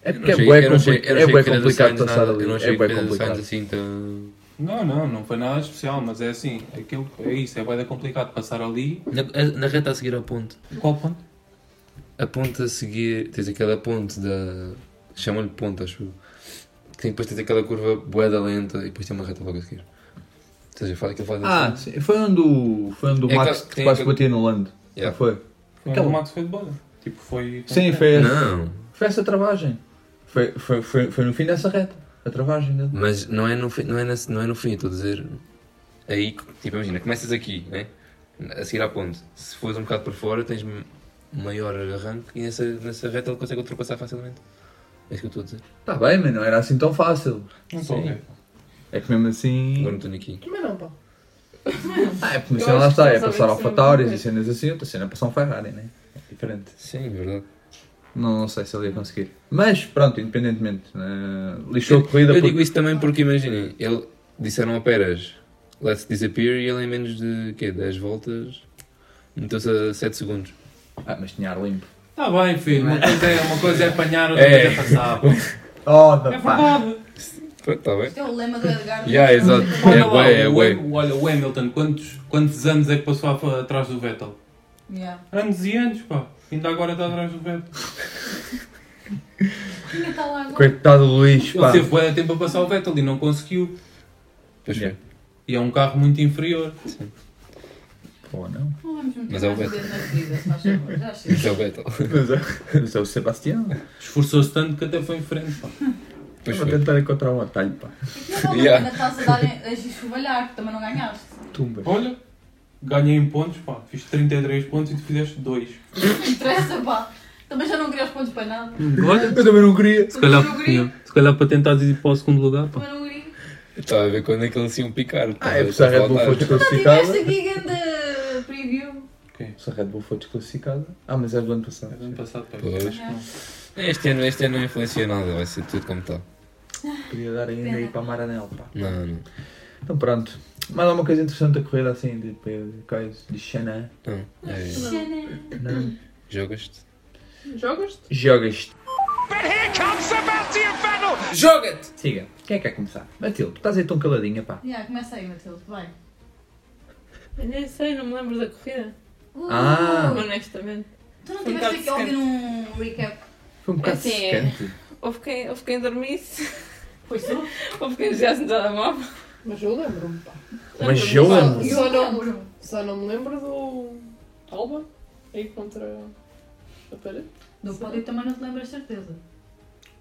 S5: É
S4: Eu
S5: porque
S4: não
S5: é
S4: achei-
S5: bué
S4: eu não achei- eu não
S5: complicado, é
S4: achei
S5: bué
S4: que a corrida do
S5: complicado
S4: Sainz
S5: passar
S4: nada-
S5: ali.
S4: Eu não
S5: É
S4: achei
S5: bué
S4: que a corrida do Sainz
S5: complicado.
S4: assim tão...
S6: Não, não, não foi nada especial, mas é assim, aquilo, é isso, é bem complicado passar ali.
S4: Na, a- na reta a seguir ao ponto.
S6: Qual ponto?
S4: A ponte a seguir... Tens aquela ponte da... Chamam-lhe ponte, acho eu. Que tem- depois tens aquela curva boeda lenta e depois tem uma reta logo a seguir. Ou seja, fala aquilo faz
S5: Ah,
S4: assim.
S5: sim. foi onde o, foi onde o
S4: É
S5: Max
S4: que
S5: que
S4: tem-
S5: quase batia no Lando.
S4: Yeah.
S5: Não foi?
S6: Aquele
S5: Aquela-
S6: Max foi de bola. Tipo, foi.
S5: Sim,
S4: é.
S5: foi,
S4: Não,
S5: foi essa travagem. Foi, foi, foi, foi no fim dessa reta. A travagem dele.
S4: mas não é no fim, não é, nesse- não é no fim, estou a dizer. Aí, tipo, imagina, começas aqui, né? A seguir à ponte. Se fores um bocado para fora, tens m- maior arranque e nessa, nessa reta ele consegue ultrapassar facilmente. É isso que eu estou a dizer.
S5: Está bem, mas não era assim tão fácil.
S6: Não estou a
S4: Sim.
S6: ver.
S5: É que mesmo
S4: Agora não
S5: assim.
S4: estou aqui.
S7: Mas não, pá.
S5: Ah, é porque
S11: Eu
S5: assim, lá
S11: acho que
S5: está, é
S11: eles
S5: passar
S11: sabem que
S5: ao Tauris
S11: são
S5: e cenas assim, outra cena é passar um Ferrari, né? É diferente.
S4: Sim, é verdade.
S5: Não, não sei se é. ele ia conseguir. Mas pronto, independentemente. eh, lixou a corrida
S4: eu
S5: porque.
S4: digo isso também porque imaginem, ele disseram ao Pérez, let's disappear, e ele em menos de quê? 10 voltas meteu-se a 7 segundos.
S5: Ah, mas tinha ar limpo.
S6: Está Tá bem, filho, uma coisa é, uma coisa é apanhar, outra
S4: É.
S6: coisa é passar. pô.
S5: Oh, da
S6: É verdade.
S4: Pronto, está tá bem.
S8: Isto é o lema do Edgar.
S4: Yeah, exato.
S6: Olha
S4: É
S6: lá,
S4: bué, é
S6: o
S4: bué.
S6: Ham- Olha, o Hamilton, quantos, quantos anos é que passou a- atrás do Vettel?
S8: Yeah.
S6: Anos e anos, pá. Ainda agora está atrás do Vettel.
S8: Quem está lá agora?
S5: Coitado do Luís,
S6: Ele
S5: pá.
S6: teve bué de tempo a passar o Vettel e não conseguiu.
S4: Pois foi.
S6: E é um carro muito inferior.
S5: Pô, não.
S8: Não vamos meter
S4: Mas
S8: mais
S4: é o
S8: o
S4: Beto.
S8: dedo na ferida, se faz favor. Já chega.
S4: Isso é o Vettel.
S5: Mas é- Mas é o Sebastião.
S6: Esforçou-se tanto que até foi em frente, pá.
S4: Pois
S5: Vou
S4: foi.
S5: tentar encontrar um atalho, pá.
S8: Não vale a
S4: Yeah.
S8: pena estás a dar a a chuvalhar, que também não ganhaste.
S5: Tumba.
S6: Olha, ganhei em pontos, pá. Fiz 33 pontos e tu fizeste 2.
S8: Não interessa, pá. Também já não queria os pontos para nada.
S6: Olha,
S5: Eu também não queria.
S6: se calhar,
S8: Não queria.
S6: se calhar para tentar ir para o segundo lugar, pá.
S8: Também não queria.
S4: Estava a ver quando é que eles iam picar.
S5: Ah, é porque se a Red Bull for desclassificada.
S8: Tiveste aqui é grande preview.
S5: Se a Red Bull for desclassificada. Ah, mas é do ano passado.
S6: Ano passado, pá.
S4: Pois.
S8: Yeah.
S4: Este ano, este ano não influencia nada, vai ser tudo como está.
S5: Podia dar ainda aí para a Maranel, pá.
S4: Não, não.
S5: Então pronto. Mais alguma coisa interessante da corrida assim, de de coisa, de Xanã?
S4: não. É,
S5: Não.
S4: Jogas-te?
S11: Jogas?
S5: Jogas.
S3: But here comes Sebastian Vettel.
S11: Joga-te!
S5: Siga. Quem é que quer começar? Matilde, estás aí tão caladinha, pá.
S8: Yeah, começa aí, Matilde. Vai.
S11: Eu nem sei, não me lembro da corrida.
S8: Uh,
S5: Ah.
S11: Honestamente.
S8: Tu não
S11: Foi um bocado
S8: tiveste aqui a ouvir um recap?
S5: Foi um bocado
S11: Assim é.
S5: secante.
S11: Houve quem, houve quem dormisse,
S7: Pois tu?
S11: houve quem usasse no telemóvel.
S7: Mas eu lembro-me, pá.
S5: Mas eu amo.
S7: Eu
S8: Só
S7: não.
S8: lembro.
S7: Só não me lembro do.
S11: Alba, aí contra a parede.
S8: Do pódio também não te lembras, certeza.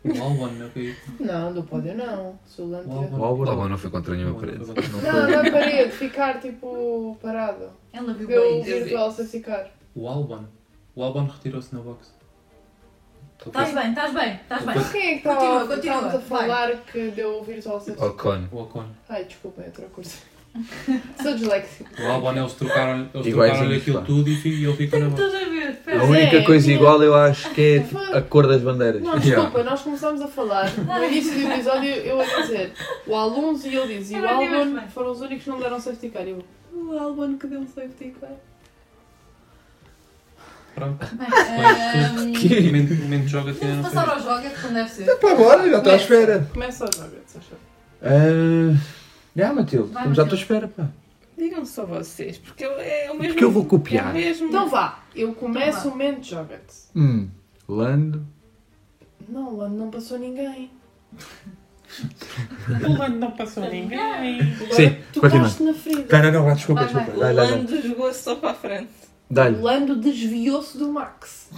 S6: O Albon, não foi?
S7: Não, do pódio não. Se o Lando
S6: O Albon.
S7: tiver-
S5: O Álvaro.
S4: Logo não foi contra nenhuma parede.
S5: Não
S7: Não,
S5: foi.
S7: não é parede, ficar tipo parado.
S8: Ela viu
S7: Deu o
S8: bem.
S7: virtual sem ficar.
S6: O Albon. O Albon retirou-se na box.
S8: Estás bem, estás bem, estás bem.
S7: Mas quem é que
S8: Continua,
S7: estava
S8: continua,
S7: estávamos a
S8: vai.
S7: falar que deu o virtual sem ficar?
S4: Ocon.
S6: O Ocon.
S7: Ai,
S9: é
S7: desculpem, outra coisa. Sou disléxico.
S6: O Albon, eles trocaram-lhe eles
S5: Iguaizinhos,
S6: trocaram aquilo
S5: pá.
S6: tudo e fi- e ele ficou na box.
S8: Estás a ver?
S9: Pois
S5: A única
S9: é,
S5: coisa
S9: é.
S5: igual eu acho que é a cor das bandeiras.
S9: Não, desculpa, nós começámos a falar no início do episódio eu a dizer o Alonso e ele diz e o
S8: Eu não digo mais
S9: Albon
S8: bem.
S9: foram os únicos que não deram safety car. Eu, o Albon que deu um safety car.
S6: Pronto.
S8: Bem,
S6: Foi.
S8: ehm,
S6: Que? Momento, momento de jogo até não
S8: Passar ao
S6: sei.
S8: jogo é que como deve ser.
S5: Pá, bora, Tá já estou à espera.
S9: Começa o jogo, Sasha.
S5: Ah, Já, Matilde,
S8: Vai,
S5: estamos à tua
S8: Matilde.
S5: espera, pá.
S11: Digam só vocês, porque eu- é o mesmo.
S5: Porque eu vou copiar.
S11: é o mesmo.
S9: Então vá, eu começo
S8: Então
S9: o momento de joga-te.
S5: Hum, Lando.
S9: Não, Lando não passou ninguém.
S6: O Lando não passou ninguém.
S9: Agora
S5: Sim,
S9: tu
S5: continua.
S9: estás na frente.
S5: Não, não, não, vá, desculpa,
S8: Vai, vai.
S5: desculpa.
S11: o
S5: Dá-lhe, dá-lhe,
S11: Lando jogou-se só para a frente.
S5: dá-lhe.
S9: O Lando desviou-se do Max.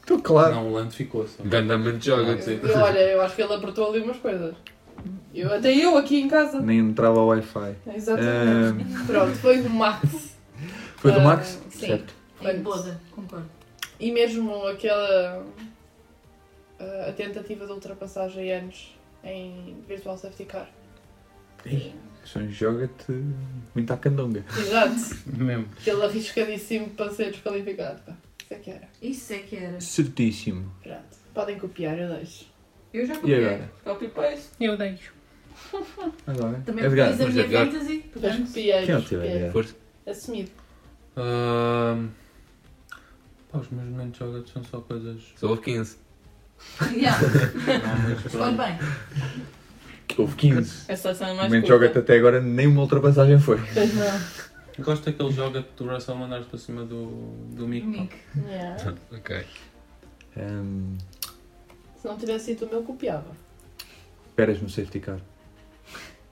S5: Estou claro.
S6: Não, o Lando ficou só.
S4: Ganda muito joga, sim.
S9: E olha, eu acho que ele apertou ali umas coisas. Eu, até eu aqui em casa.
S5: Nem entrava o Wi-Fi.
S9: Exatamente. Pronto, foi do Max.
S5: Ah, foi do
S9: Ah,
S5: Max?
S9: sim.
S5: Certo.
S8: é Em boda, concordo.
S9: E mesmo aquela ah, a tentativa de ultrapassagem antes em Virtual Safety Car.
S5: São joga-te muito à candonga.
S9: Exato.
S6: Mesmo.
S9: Aquele arriscadíssimo para ser desqualificado. pá. Isso é que era.
S8: Isso é que era.
S5: Certíssimo.
S9: Pronto. Podem copiar, eu deixo.
S11: Eu já
S5: E
S11: copiei.
S5: agora?
S11: Copy paste. Eu deixo.
S5: Agora.
S8: Também
S5: Edgar,
S8: fiz a
S5: mas
S8: minha
S5: Edgar-
S8: fantasy,
S9: Depois
S8: portanto.
S9: copiei.
S5: Quem é o teu
S9: copiei.
S5: Edgar?
S4: Força.
S9: Assumido.
S6: Ahm, Pá, os meus momentos de joga são só coisas.
S4: Só houve 15.
S8: Yeah, escolhe
S6: Pronto.
S8: bem.
S5: Houve 15.
S11: A seleção é mais
S5: Momento
S11: curta.
S5: joga-te até agora, nem uma ultrapassagem foi.
S9: Pois não.
S6: Gosto daquele joga que tu só mandaste para cima do, do Mico. pá.
S8: Mick.
S9: Yeah.
S4: Ok.
S5: Ahm,
S9: Se não tivesse sido o meu, copiava.
S5: Peras no safety car.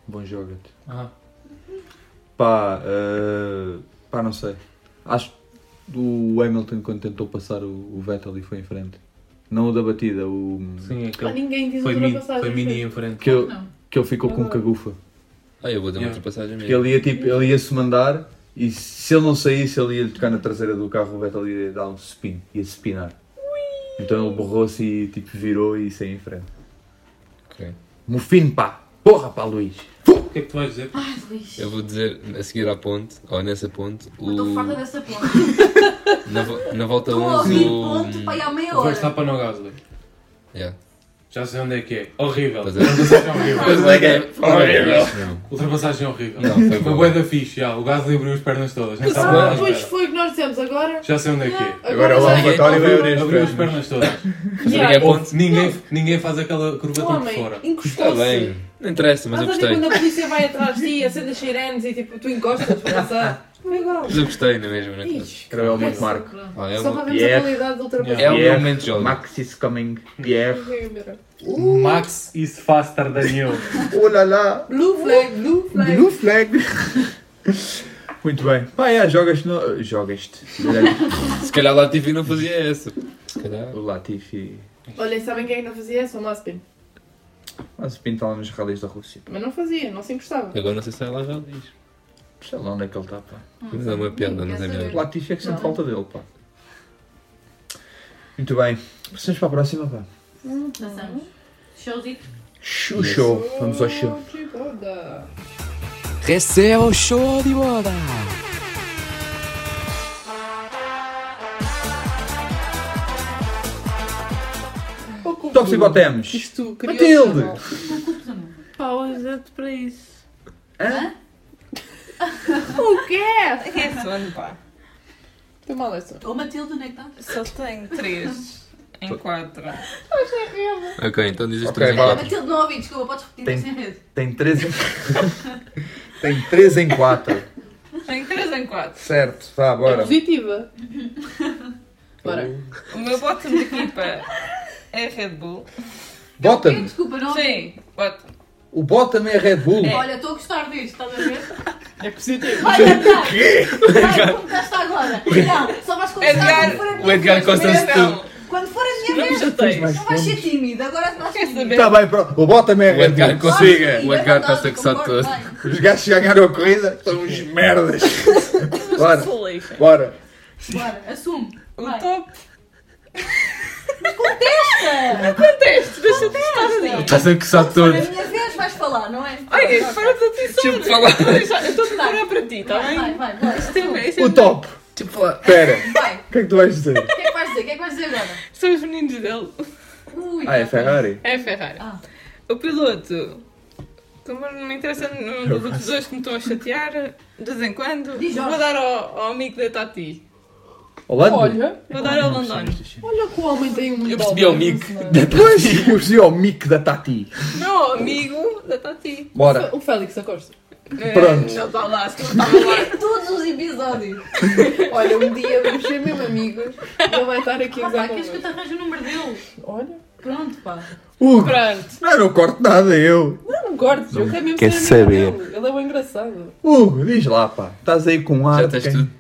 S5: Bom joga-te.
S6: Ah,
S5: Pá, ah, pá, não sei. Acho que o Hamilton quando tentou passar o, o Vettel e foi em frente. Não o da batida, o
S6: sim,
S9: Pá,
S6: aquele.
S9: ninguém diz
S6: Então, Foi, mi,
S9: ultrapassagem.
S6: foi mini em frente.
S5: que ele,
S8: Não.
S5: que ele ficou com cagufa.
S4: Ah, eu vou dar uma
S6: Yeah.
S4: ultrapassagem
S5: Porque
S4: mesmo.
S5: ele ia, tipo, ele ia se mandar e se ele não saísse, ele ia tocar na traseira do carro, o Vettel ia dar um spin, ia spinar. Então ele borrou-se e tipo, virou e saiu em frente.
S4: Ok.
S5: Mofino, pá! Porra, pá, Luís!
S6: O que é que tu vais dizer?
S8: Ai, Luís.
S4: Eu vou dizer, a seguir à ponte, ou nessa ponte,
S8: Eu Estou
S4: o...
S8: farta dessa ponte.
S4: na, vo- na volta
S8: Estou a ouvir ponto
S4: 11,
S8: para
S4: Então o...
S8: aí há meia
S6: Vou
S8: hora.
S6: estar para no Gasly.
S4: Yeah.
S6: Já sei onde é que é. Horrível.
S4: Estás a ver?
S6: Ultrapassagem é horrível.
S4: Horrível!
S6: Ultrapassagem horrível.
S4: é. Não, foi
S6: Foi
S4: boa.
S6: bué da fixe, já. O Gasly abriu as pernas todas. Nem estava nada à
S9: Ah, pois
S6: espera.
S9: foi o que nós dissemos agora.
S6: é Já sei onde é que é.
S5: Agora o
S9: já-
S5: laboratório vai abrir
S6: Abriu as
S5: as pernas.
S6: pernas todas.
S4: Cheguei à
S9: Yeah.
S4: ponte.
S6: Ninguém, ninguém faz aquela curva
S9: O
S6: tão por fora.
S9: homem
S4: Está
S9: encostou-se.
S4: Tá bem. Não interessa, mas eu
S13: Estás a ver
S4: gostei.
S13: quando a polícia vai atrás de ti e acende as sirenes e tipo, tu encostas para passar? Foi igual.
S4: Mas eu gostei, não é mesmo? Não é?
S9: Ixi,
S5: Craveu muito Marco.
S4: Ah, é
S9: Só para
S4: uma...
S9: vermos a
S5: Yeah.
S9: qualidade da
S4: É
S9: ultrapassagem.
S4: um
S5: Yeah.
S4: momento de jogo.
S5: Max is coming. Pierre.
S6: Uh. Max is faster than you.
S5: Oh lá lá!
S13: Blue flag, blue flag.
S5: Blue flag! Muito bem. Pá, é, jogas no... Jogas-te.
S4: Se calhar lá TV não fazia essa. Se calhar.
S5: o Latifi...
S9: Olha, sabem quem é que não fazia essa? O Maspin.
S5: Mas pinta lá nos rallies da Rússia.
S9: Mas não fazia, não se encostava.
S4: Agora não sei se ela já diz.
S5: Sei lá onde é que ele está, pá.
S4: Mas é uma piada, não
S8: Hum. Quer
S4: é
S8: saber?
S4: melhor.
S5: Latifi é que sente
S8: Não.
S5: falta dele, pá. Muito bem. Passamos para a próxima, pá.
S8: Passamos. Showzinho.
S5: O show. Vamos ao show.
S9: Boda.
S2: Receba o show de boda.
S5: Tops e botemos.
S11: Isto criou
S5: Matilde!
S11: pausa-te para isso.
S5: Hã?
S9: O quê?
S11: É só, pá.
S9: Toma lá essa.
S8: Ô Matilde, onde é que está?
S11: Só tenho três em quatro.
S4: Ok, então diz as
S5: Ok,
S4: três em
S5: vá.
S4: quatro.
S8: Matilde, não ouvi, desculpa, podes repetir,
S5: Tem-
S8: estou sem rede.
S5: Tem 3 em... Tem 3 em 4.
S11: Tenho três em quatro.
S5: Certo, vá,
S9: É
S5: bora.
S9: positiva. Bora.
S11: O meu bottom de equipa é Red Bull.
S8: Eu,
S5: Bottom.
S8: desculpa, não ouvi.
S11: Sim, bottom.
S5: O bottom é Red Bull.
S11: É.
S8: Olha, estou a gostar disto, estás a ver?
S9: É positivo.
S8: Olha, tá. Vai, como estás agora? Não, só vais começar
S11: Edgar-
S8: quando for a minha
S4: o Edgar
S8: vez.
S4: Costa-
S11: Primeiro não.
S8: Quando for a minha vez,
S11: Não
S8: não vais ser tímido. Agora não vais ser
S11: Quer
S8: tímido.
S11: saber?
S5: Tá bem, pronto. O bottom é
S4: O
S5: Red
S4: Edgar
S5: Bull.
S4: consiga.
S8: Sim,
S4: O
S8: é
S4: Edgar
S8: verdade,
S4: Costa que sabe
S8: concordo,
S4: todos.
S8: bem.
S5: Os gajos que ganharam a corrida são uns merdas. Bora,
S11: Consolation.
S5: bora.
S8: Bora, assume.
S11: O
S8: Vai.
S11: top. Conteste! Conteste! Deixa de estar ali.
S4: Estás a coçar
S8: Quando for
S4: todos.
S8: a minha vez, vais falar, não é?
S9: Tá
S11: Ai, para de atenção.
S4: Deixa-me falar.
S11: Eu estou a procurar para ti, está
S8: Vai,
S11: bem?
S8: vai, vai.
S11: Isto é- isto é-
S5: O top.
S4: Tipo lá.
S5: Pera.
S8: Vai,
S5: que é que tu vais dizer?
S8: O que é que vais dizer? O que é que vais dizer agora?
S11: São os meninos dele.
S8: Ui,
S5: Ah, é Ferrari?
S11: É Ferrari.
S8: Ah.
S11: O piloto, como não me interessa nenhum dos outros dois que me estão a chatear, de vez em quando,
S8: Diz,
S11: vou
S8: Jorge.
S11: dar ao, ao amigo da Tati.
S5: Holanda?
S9: Olha,
S11: Vou dar ao London.
S9: olha que o homem tem um
S4: Eu percebi é ao mic.
S5: Pois, eu vi ao mic da Tati.
S11: Meu amigo da Tati.
S5: Bora.
S9: O Félix Acosta.
S5: Pronto.
S11: Não
S9: tá
S11: está lá, se não estava lá.
S8: Todos os episódios.
S9: Olha, um dia vamos ser mesmo amigos. Ele vai estar aqui a
S8: Ah, pá,
S9: usar
S8: queres que eu te arranje o número dele?
S9: Olha,
S8: Pronto, pá.
S5: Hugo,
S11: Pronto.
S5: não, não corto nada eu.
S9: não cortes, eu quero mesmo
S14: Quer
S9: ser amiga
S14: saber.
S9: dele. Ele é bem engraçado.
S5: Hugo, Uh, diz lá, pá. Estás aí com um ar.
S4: Já
S5: de
S4: tens
S5: quem-
S4: tudo.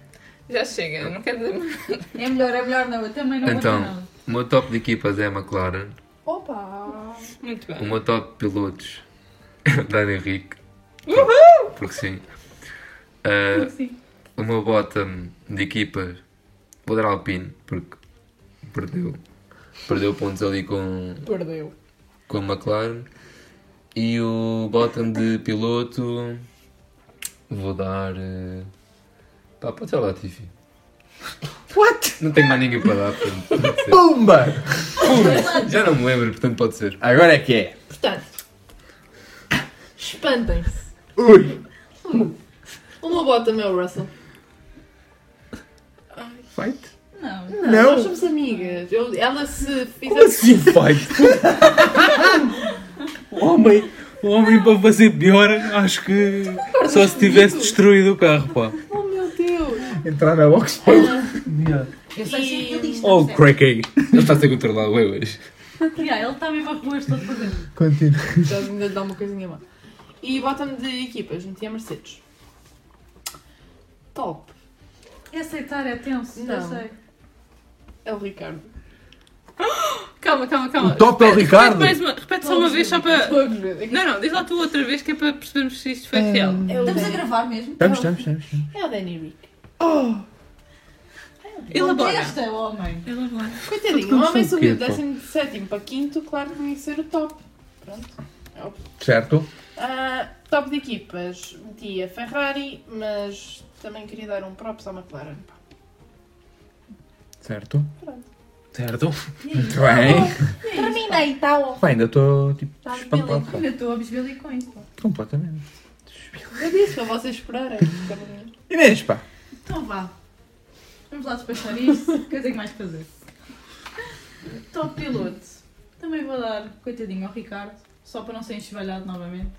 S11: Já chega, não quero dizer mais.
S8: É melhor, é melhor não. Eu também não vou dizer
S4: Então,
S8: nada.
S4: o meu top de equipas é a McLaren.
S9: Opa!
S11: Muito
S4: O
S11: bem.
S4: meu top de pilotos é o Daniel Henrique. Porque sim. Ah, o meu bottom de equipas vou dar Alpine, porque perdeu. Perdeu pontos ali com,
S9: Perdeu.
S4: com a McLaren. E o bottom de piloto vou dar. eh, Pá, pode ser o Latifi.
S5: What?
S4: Não tenho mais ninguém para dar, portanto, pode ser.
S5: Pumba!
S4: Já não me lembro, portanto pode ser.
S5: Agora é que é.
S9: Portanto, espantem-se.
S5: Ui!
S9: Uma bota, meu Russell.
S5: Fight?
S8: Não.
S5: Não.
S9: Nós somos amigas. Eu- ela se fizer.
S5: Como assim fight?
S6: O homem, o homem para fazer pior, acho que só se tivesse destruído o carro, pá.
S9: Oh meu Deus!
S5: Entrar na box pum.
S8: Eu sei ser realista.
S6: Oh,
S8: percebes?
S6: cracky.
S4: Ele está a ser controlado, ué, hoje.
S8: Yeah, ele está mesmo a roer-se todo por dentro.
S5: Continua.
S9: Já ainda dá uma coisinha má. E bota-me de equipas, meti a Mercedes. Top.
S8: É aceitar, é tenso. Eu
S9: Não.
S8: sei.
S9: É o Ricardo.
S11: Calma, calma, calma.
S5: O top é o
S11: Repete-
S5: Ricardo.
S11: repete mais uma- Repete só uma vez só para.
S9: Vamos ver.
S11: Não, não, diz lá tu outra vez que é para percebermos se isto foi real.
S9: É o
S8: Estamos a
S9: Danny.
S8: gravar mesmo?
S5: Estamos, estamos, estamos.
S9: É o Danny Rick.
S11: Elabora.
S8: Contesta, homem.
S11: Elabora.
S9: Coitadinho, o homem
S5: começou o
S9: subiu
S5: quê, pá?
S9: de 17 para 5, claro que tinha que ser o top. Pronto. É o
S5: Certo?
S9: Ah, top de equipas, meti a Ferrari, mas também queria dar um props à McLaren. pá.
S5: Certo.
S6: Certo?
S5: Muito bem.
S9: Terminei, tal.
S5: Pá, ainda estou tipo
S8: Estás
S5: espantado.
S8: bíblico. Tá, Eu estou a bisbili com isto.
S5: pá. Completamente.
S9: Eu disse para vocês esperarem. cabrões.
S5: Inês, pá.
S8: Então vá. Vamos lá despachar isto. O que eu tenho mais que fazer? Top piloto. Também vou dar, coitadinho, ao Ricardo. Só para não ser enxovalhado novamente.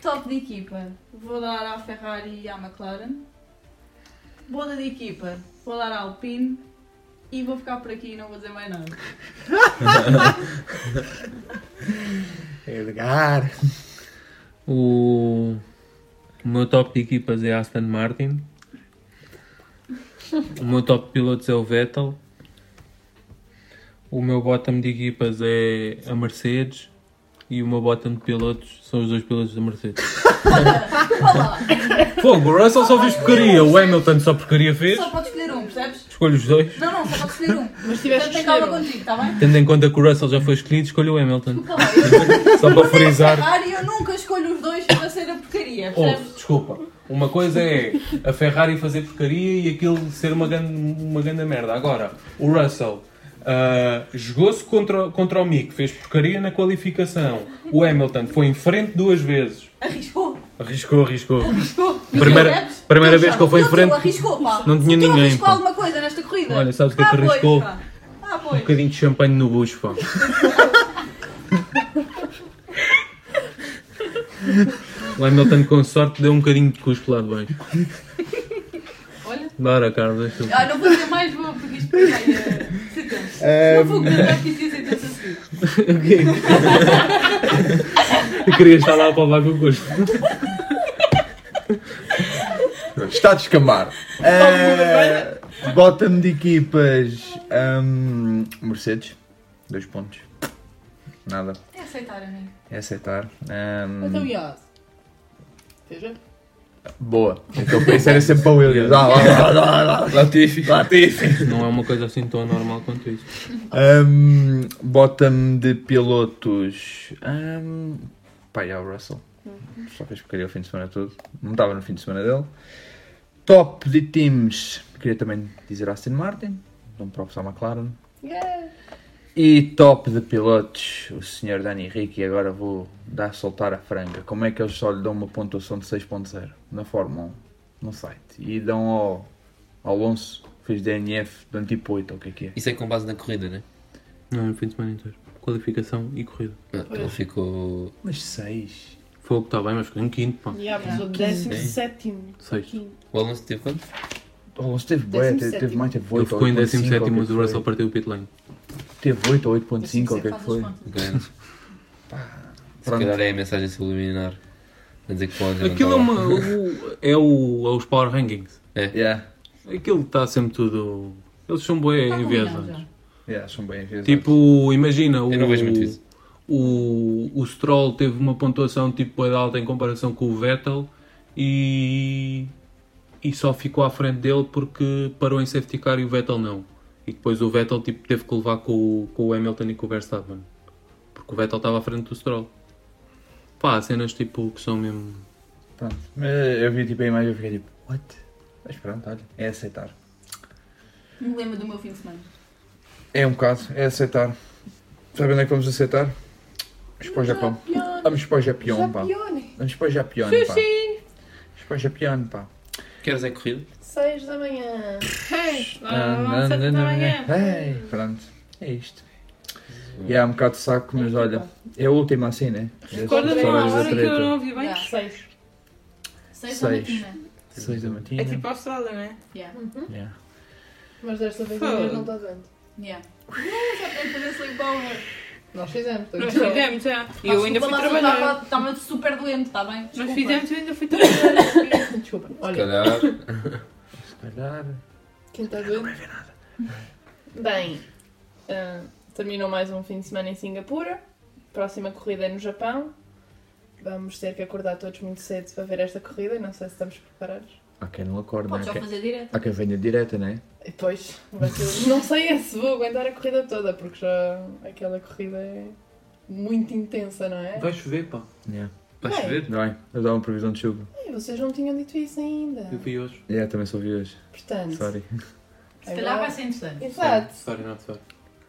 S8: Top de equipa. Vou dar à Ferrari e à McLaren. Boda de equipa. Vou dar à Alpine. E vou ficar por aqui e não vou dizer mais nada.
S5: É Edgar.
S6: O, o meu top de equipas é Aston Martin. O meu top de pilotos é o Vettel. O meu bottom de equipas é a Mercedes. E o meu bottom de pilotos são os dois pilotos da Mercedes. Fogo, o Russell só fez porcaria, o Hamilton só porcaria fez.
S8: Só podes escolher um, percebes?
S6: Escolho os dois.
S8: Não, não, só podes escolher um.
S9: Mas
S8: Portanto,
S9: tiveste que
S8: tem calma
S9: escolher. um.
S8: contigo, está bem?
S6: Tendo em conta que o Russell já foi escolhido, escolho o Hamilton.
S8: Desculpa lá, eu-
S6: Só para frisar.
S8: Ferrari, eu nunca escolho os dois para ser a porcaria,
S6: Ouve,
S8: percebes?
S6: desculpa. Uma coisa é a Ferrari fazer porcaria e aquilo ser uma grande, uma grande merda. Agora, o Russell ah, jogou-se contra, contra o Mick, fez porcaria na qualificação. O Hamilton foi em frente duas vezes.
S8: Arriscou,
S6: Arriscou, arriscou.
S8: arriscou.
S6: Primeira,
S8: Percebes?
S6: primeira vez que ele foi em
S8: tu
S6: frente,
S8: arriscou, pá.
S6: não tinha
S8: Tu
S6: ninguém,
S8: arriscou
S6: pá.
S8: alguma coisa nesta corrida?
S6: Olha, sabes o que é que
S8: Ah, pois,
S6: arriscou?
S8: pá. Ah,
S6: um
S8: pois.
S6: bocadinho de champanhe no bucho, pá. O Hamilton, com sorte, deu um bocadinho de cuspo lá de baixo.
S8: Olha.
S6: Bora, Carlos, deixa eu-
S8: Ah, não vou dizer mais, vou, porque isto vai eh, ser tenso. Não vou
S6: Ehm.
S8: comentar que isto ia ser tenso a seguir.
S6: Eu queria estar lá para levar com o gosto.
S5: Está a descambar. Eh, Bottom de equipas. ahm, Mercedes. Dois pontos. Nada.
S8: É aceitar, amigo.
S5: É aceitar. Hum, Ahm,
S9: Então, Yas. Seja?
S5: boa. Então pensei era sempre para o Williams. Ah, Lá, lá, lá, lá, lá, lá.
S4: Latifi.
S5: Latifi.
S6: Não é uma coisa assim tão normal quanto isso.
S5: Ahm, Bottom Hum, de pilotos. Um, pá, já o Russell. Só fez porcaria o fim de semana todo. Não estava no fim de semana dele. Top de times. queria também dizer Aston Martin, não props à McLaren.
S9: Yeah.
S5: E top de pilotos, o senhor Dani Henrique, e agora vou dar soltar a franga. Como é que eles só lhe dão uma pontuação de 6.0 na Fórmula 1, no site? E dão ao, ao Alonso, fez DNF, dão tipo 8, ou o que é que é?
S4: Isso é com base na corrida, né?
S6: Não, no fim de semana inteiro. Qualificação e corrida.
S4: Ah, ele ficou.
S5: Mas 6.
S6: Foi o que está tá bem, mas ficou em quinto, pá.
S9: E yeah,
S5: Hum.
S9: mas o
S4: Sim.
S9: 17
S6: Seis.
S4: O Alonso teve quanto?
S5: O Alonso teve bué, teve,
S9: 17º.
S5: teve mais, teve 8
S6: Ele ficou em 17, mas o Russell
S5: Russell
S6: partiu o pit lane.
S5: Teve 8 ou 8.5, ou o que é que foi?
S4: Grande. Se
S5: Pronto.
S4: calhar é a mensagem subliminar. A dizer que pode. tá
S6: Aquilo é, uma, o- é, o, é os Power Rankings.
S4: É.
S5: Yeah.
S6: Aquilo está sempre tudo. Eles são bué
S8: Tá um
S6: enviesados.
S5: Yeah, são bem enviesados.
S6: Tipo, imagina o.
S4: Eu não vejo muito isso.
S6: O, o Stroll teve uma pontuação tipo bué de alta em comparação com o Vettel e. e só ficou à frente dele porque parou em safety car e o Vettel não. E depois o Vettel tipo, teve que levar com, o- com o Hamilton e com o Verstappen. Porque o Vettel estava à frente do Stroll. Pá, há cenas tipo que são mesmo.
S5: Pronto. Mas eu vi tipo, a imagem e fiquei tipo, what? Mas pronto, olha, é aceitar.
S8: Me lembro do meu fim de semana.
S5: É um bocado, é aceitar. Sabem onde é que vamos aceitar? Vamos para o Japão. Vamos para o Japão, pá.
S9: Pione.
S5: Vamos para o Japão, pá. Vamos
S9: Sushi!
S5: para o Japão, pá.
S4: Queres é corrida?
S9: 6 da manhã.
S11: Ei,
S5: Ah,
S11: lá, sete da manhã.
S5: Ei, pronto, é isto. E é um bocado de saco, mas olha, é a última assim, né?
S11: Recorda-me
S5: Só
S11: uma
S5: horas da
S11: hora que eu
S5: treta.
S11: não ouvi bem.
S9: 6.
S8: 6 da
S5: Seis.
S8: matina.
S5: Seis da
S11: É
S5: matina.
S11: tipo a Austrália, não é?
S8: Yeah.
S5: Yeah.
S9: Mas desta vez
S11: Foda.
S9: ninguém não está dando.
S8: Yeah. Não, já podemos fazer sleepover.
S9: Nós fizemos. dois.
S11: Nós fizemos, já. E eu ainda fui trabalhar.
S8: Estava super doente, está bem?
S11: Nós
S8: Desculpa.
S11: fizemos e eu ainda fui trabalhar.
S9: Desculpa. Olha,
S4: Calhar.
S5: Se calhar.
S9: quem está doente. Não nada. Bem, ah, terminou mais um fim de semana em Singapura. Próxima corrida é no Japão. Vamos ter que acordar todos muito cedo para ver esta corrida. Não sei se estamos preparados.
S5: Há quem não acorde, né?
S8: Podes
S5: Há
S8: já
S5: quem-
S8: fazer direto.
S5: Há quem venha direta, né?
S9: E Pois, vai ser- não sei é se vou aguentar a corrida toda, porque já aquela corrida é muito intensa, não é?
S6: Vai chover, pá.
S5: Yeah.
S4: Vais
S9: Bem.
S4: ver?
S5: Não é? Eu dava uma previsão de chuva.
S9: Ai, vocês não tinham dito isso ainda.
S6: Eu vi hoje.
S5: É, também só vi hoje.
S9: Portanto,
S5: Sorry.
S8: Se calhar vai ser interessante.
S9: Exato.
S6: Sorry, not sorry.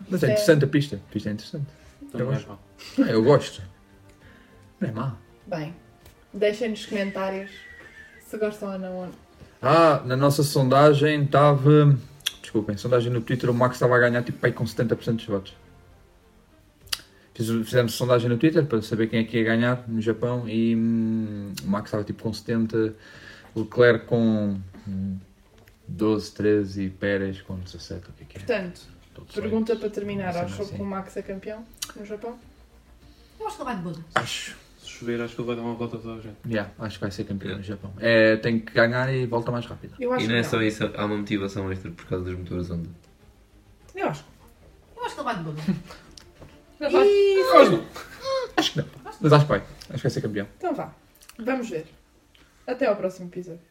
S5: Mas é interessante a pista. A pista é interessante.
S6: Também,
S5: gosto.
S6: pá.
S5: Ah, eu gosto. Não é má.
S9: Bem, deixem nos comentários se gostam ou não.
S5: Ah, na nossa sondagem estava. Desculpem, sondagem no Twitter, o Max estava a ganhar tipo aí com 70% dos votos. Fiz- Fizemos sondagem no Twitter para saber quem é que ia ganhar no Japão e hum, o Max estava tipo com 70%, Leclerc com hum, 12, 13 e Pérez com 17, o que é que é?
S9: Portanto,
S5: Todos
S9: pergunta
S5: bem.
S9: para terminar:
S5: Sim,
S9: achou
S5: sim.
S9: que o Max é campeão no Japão?
S8: Eu acho que ele vai de boa.
S5: Acho.
S6: Se chover, acho que ele vai dar uma volta a toda a gente.
S5: Yeah, acho que vai ser campeão no Japão. É, tem que ganhar e volta mais rápido.
S9: Eu acho
S4: E
S9: que
S4: não é só isso, há uma motivação extra por causa dos motores Honda.
S9: Eu acho. que
S8: Eu acho que ele vai de boa.
S5: Mas acho que vai. Acho que vai ser campeão.
S9: Então vá, vamos ver. Até ao próximo episódio.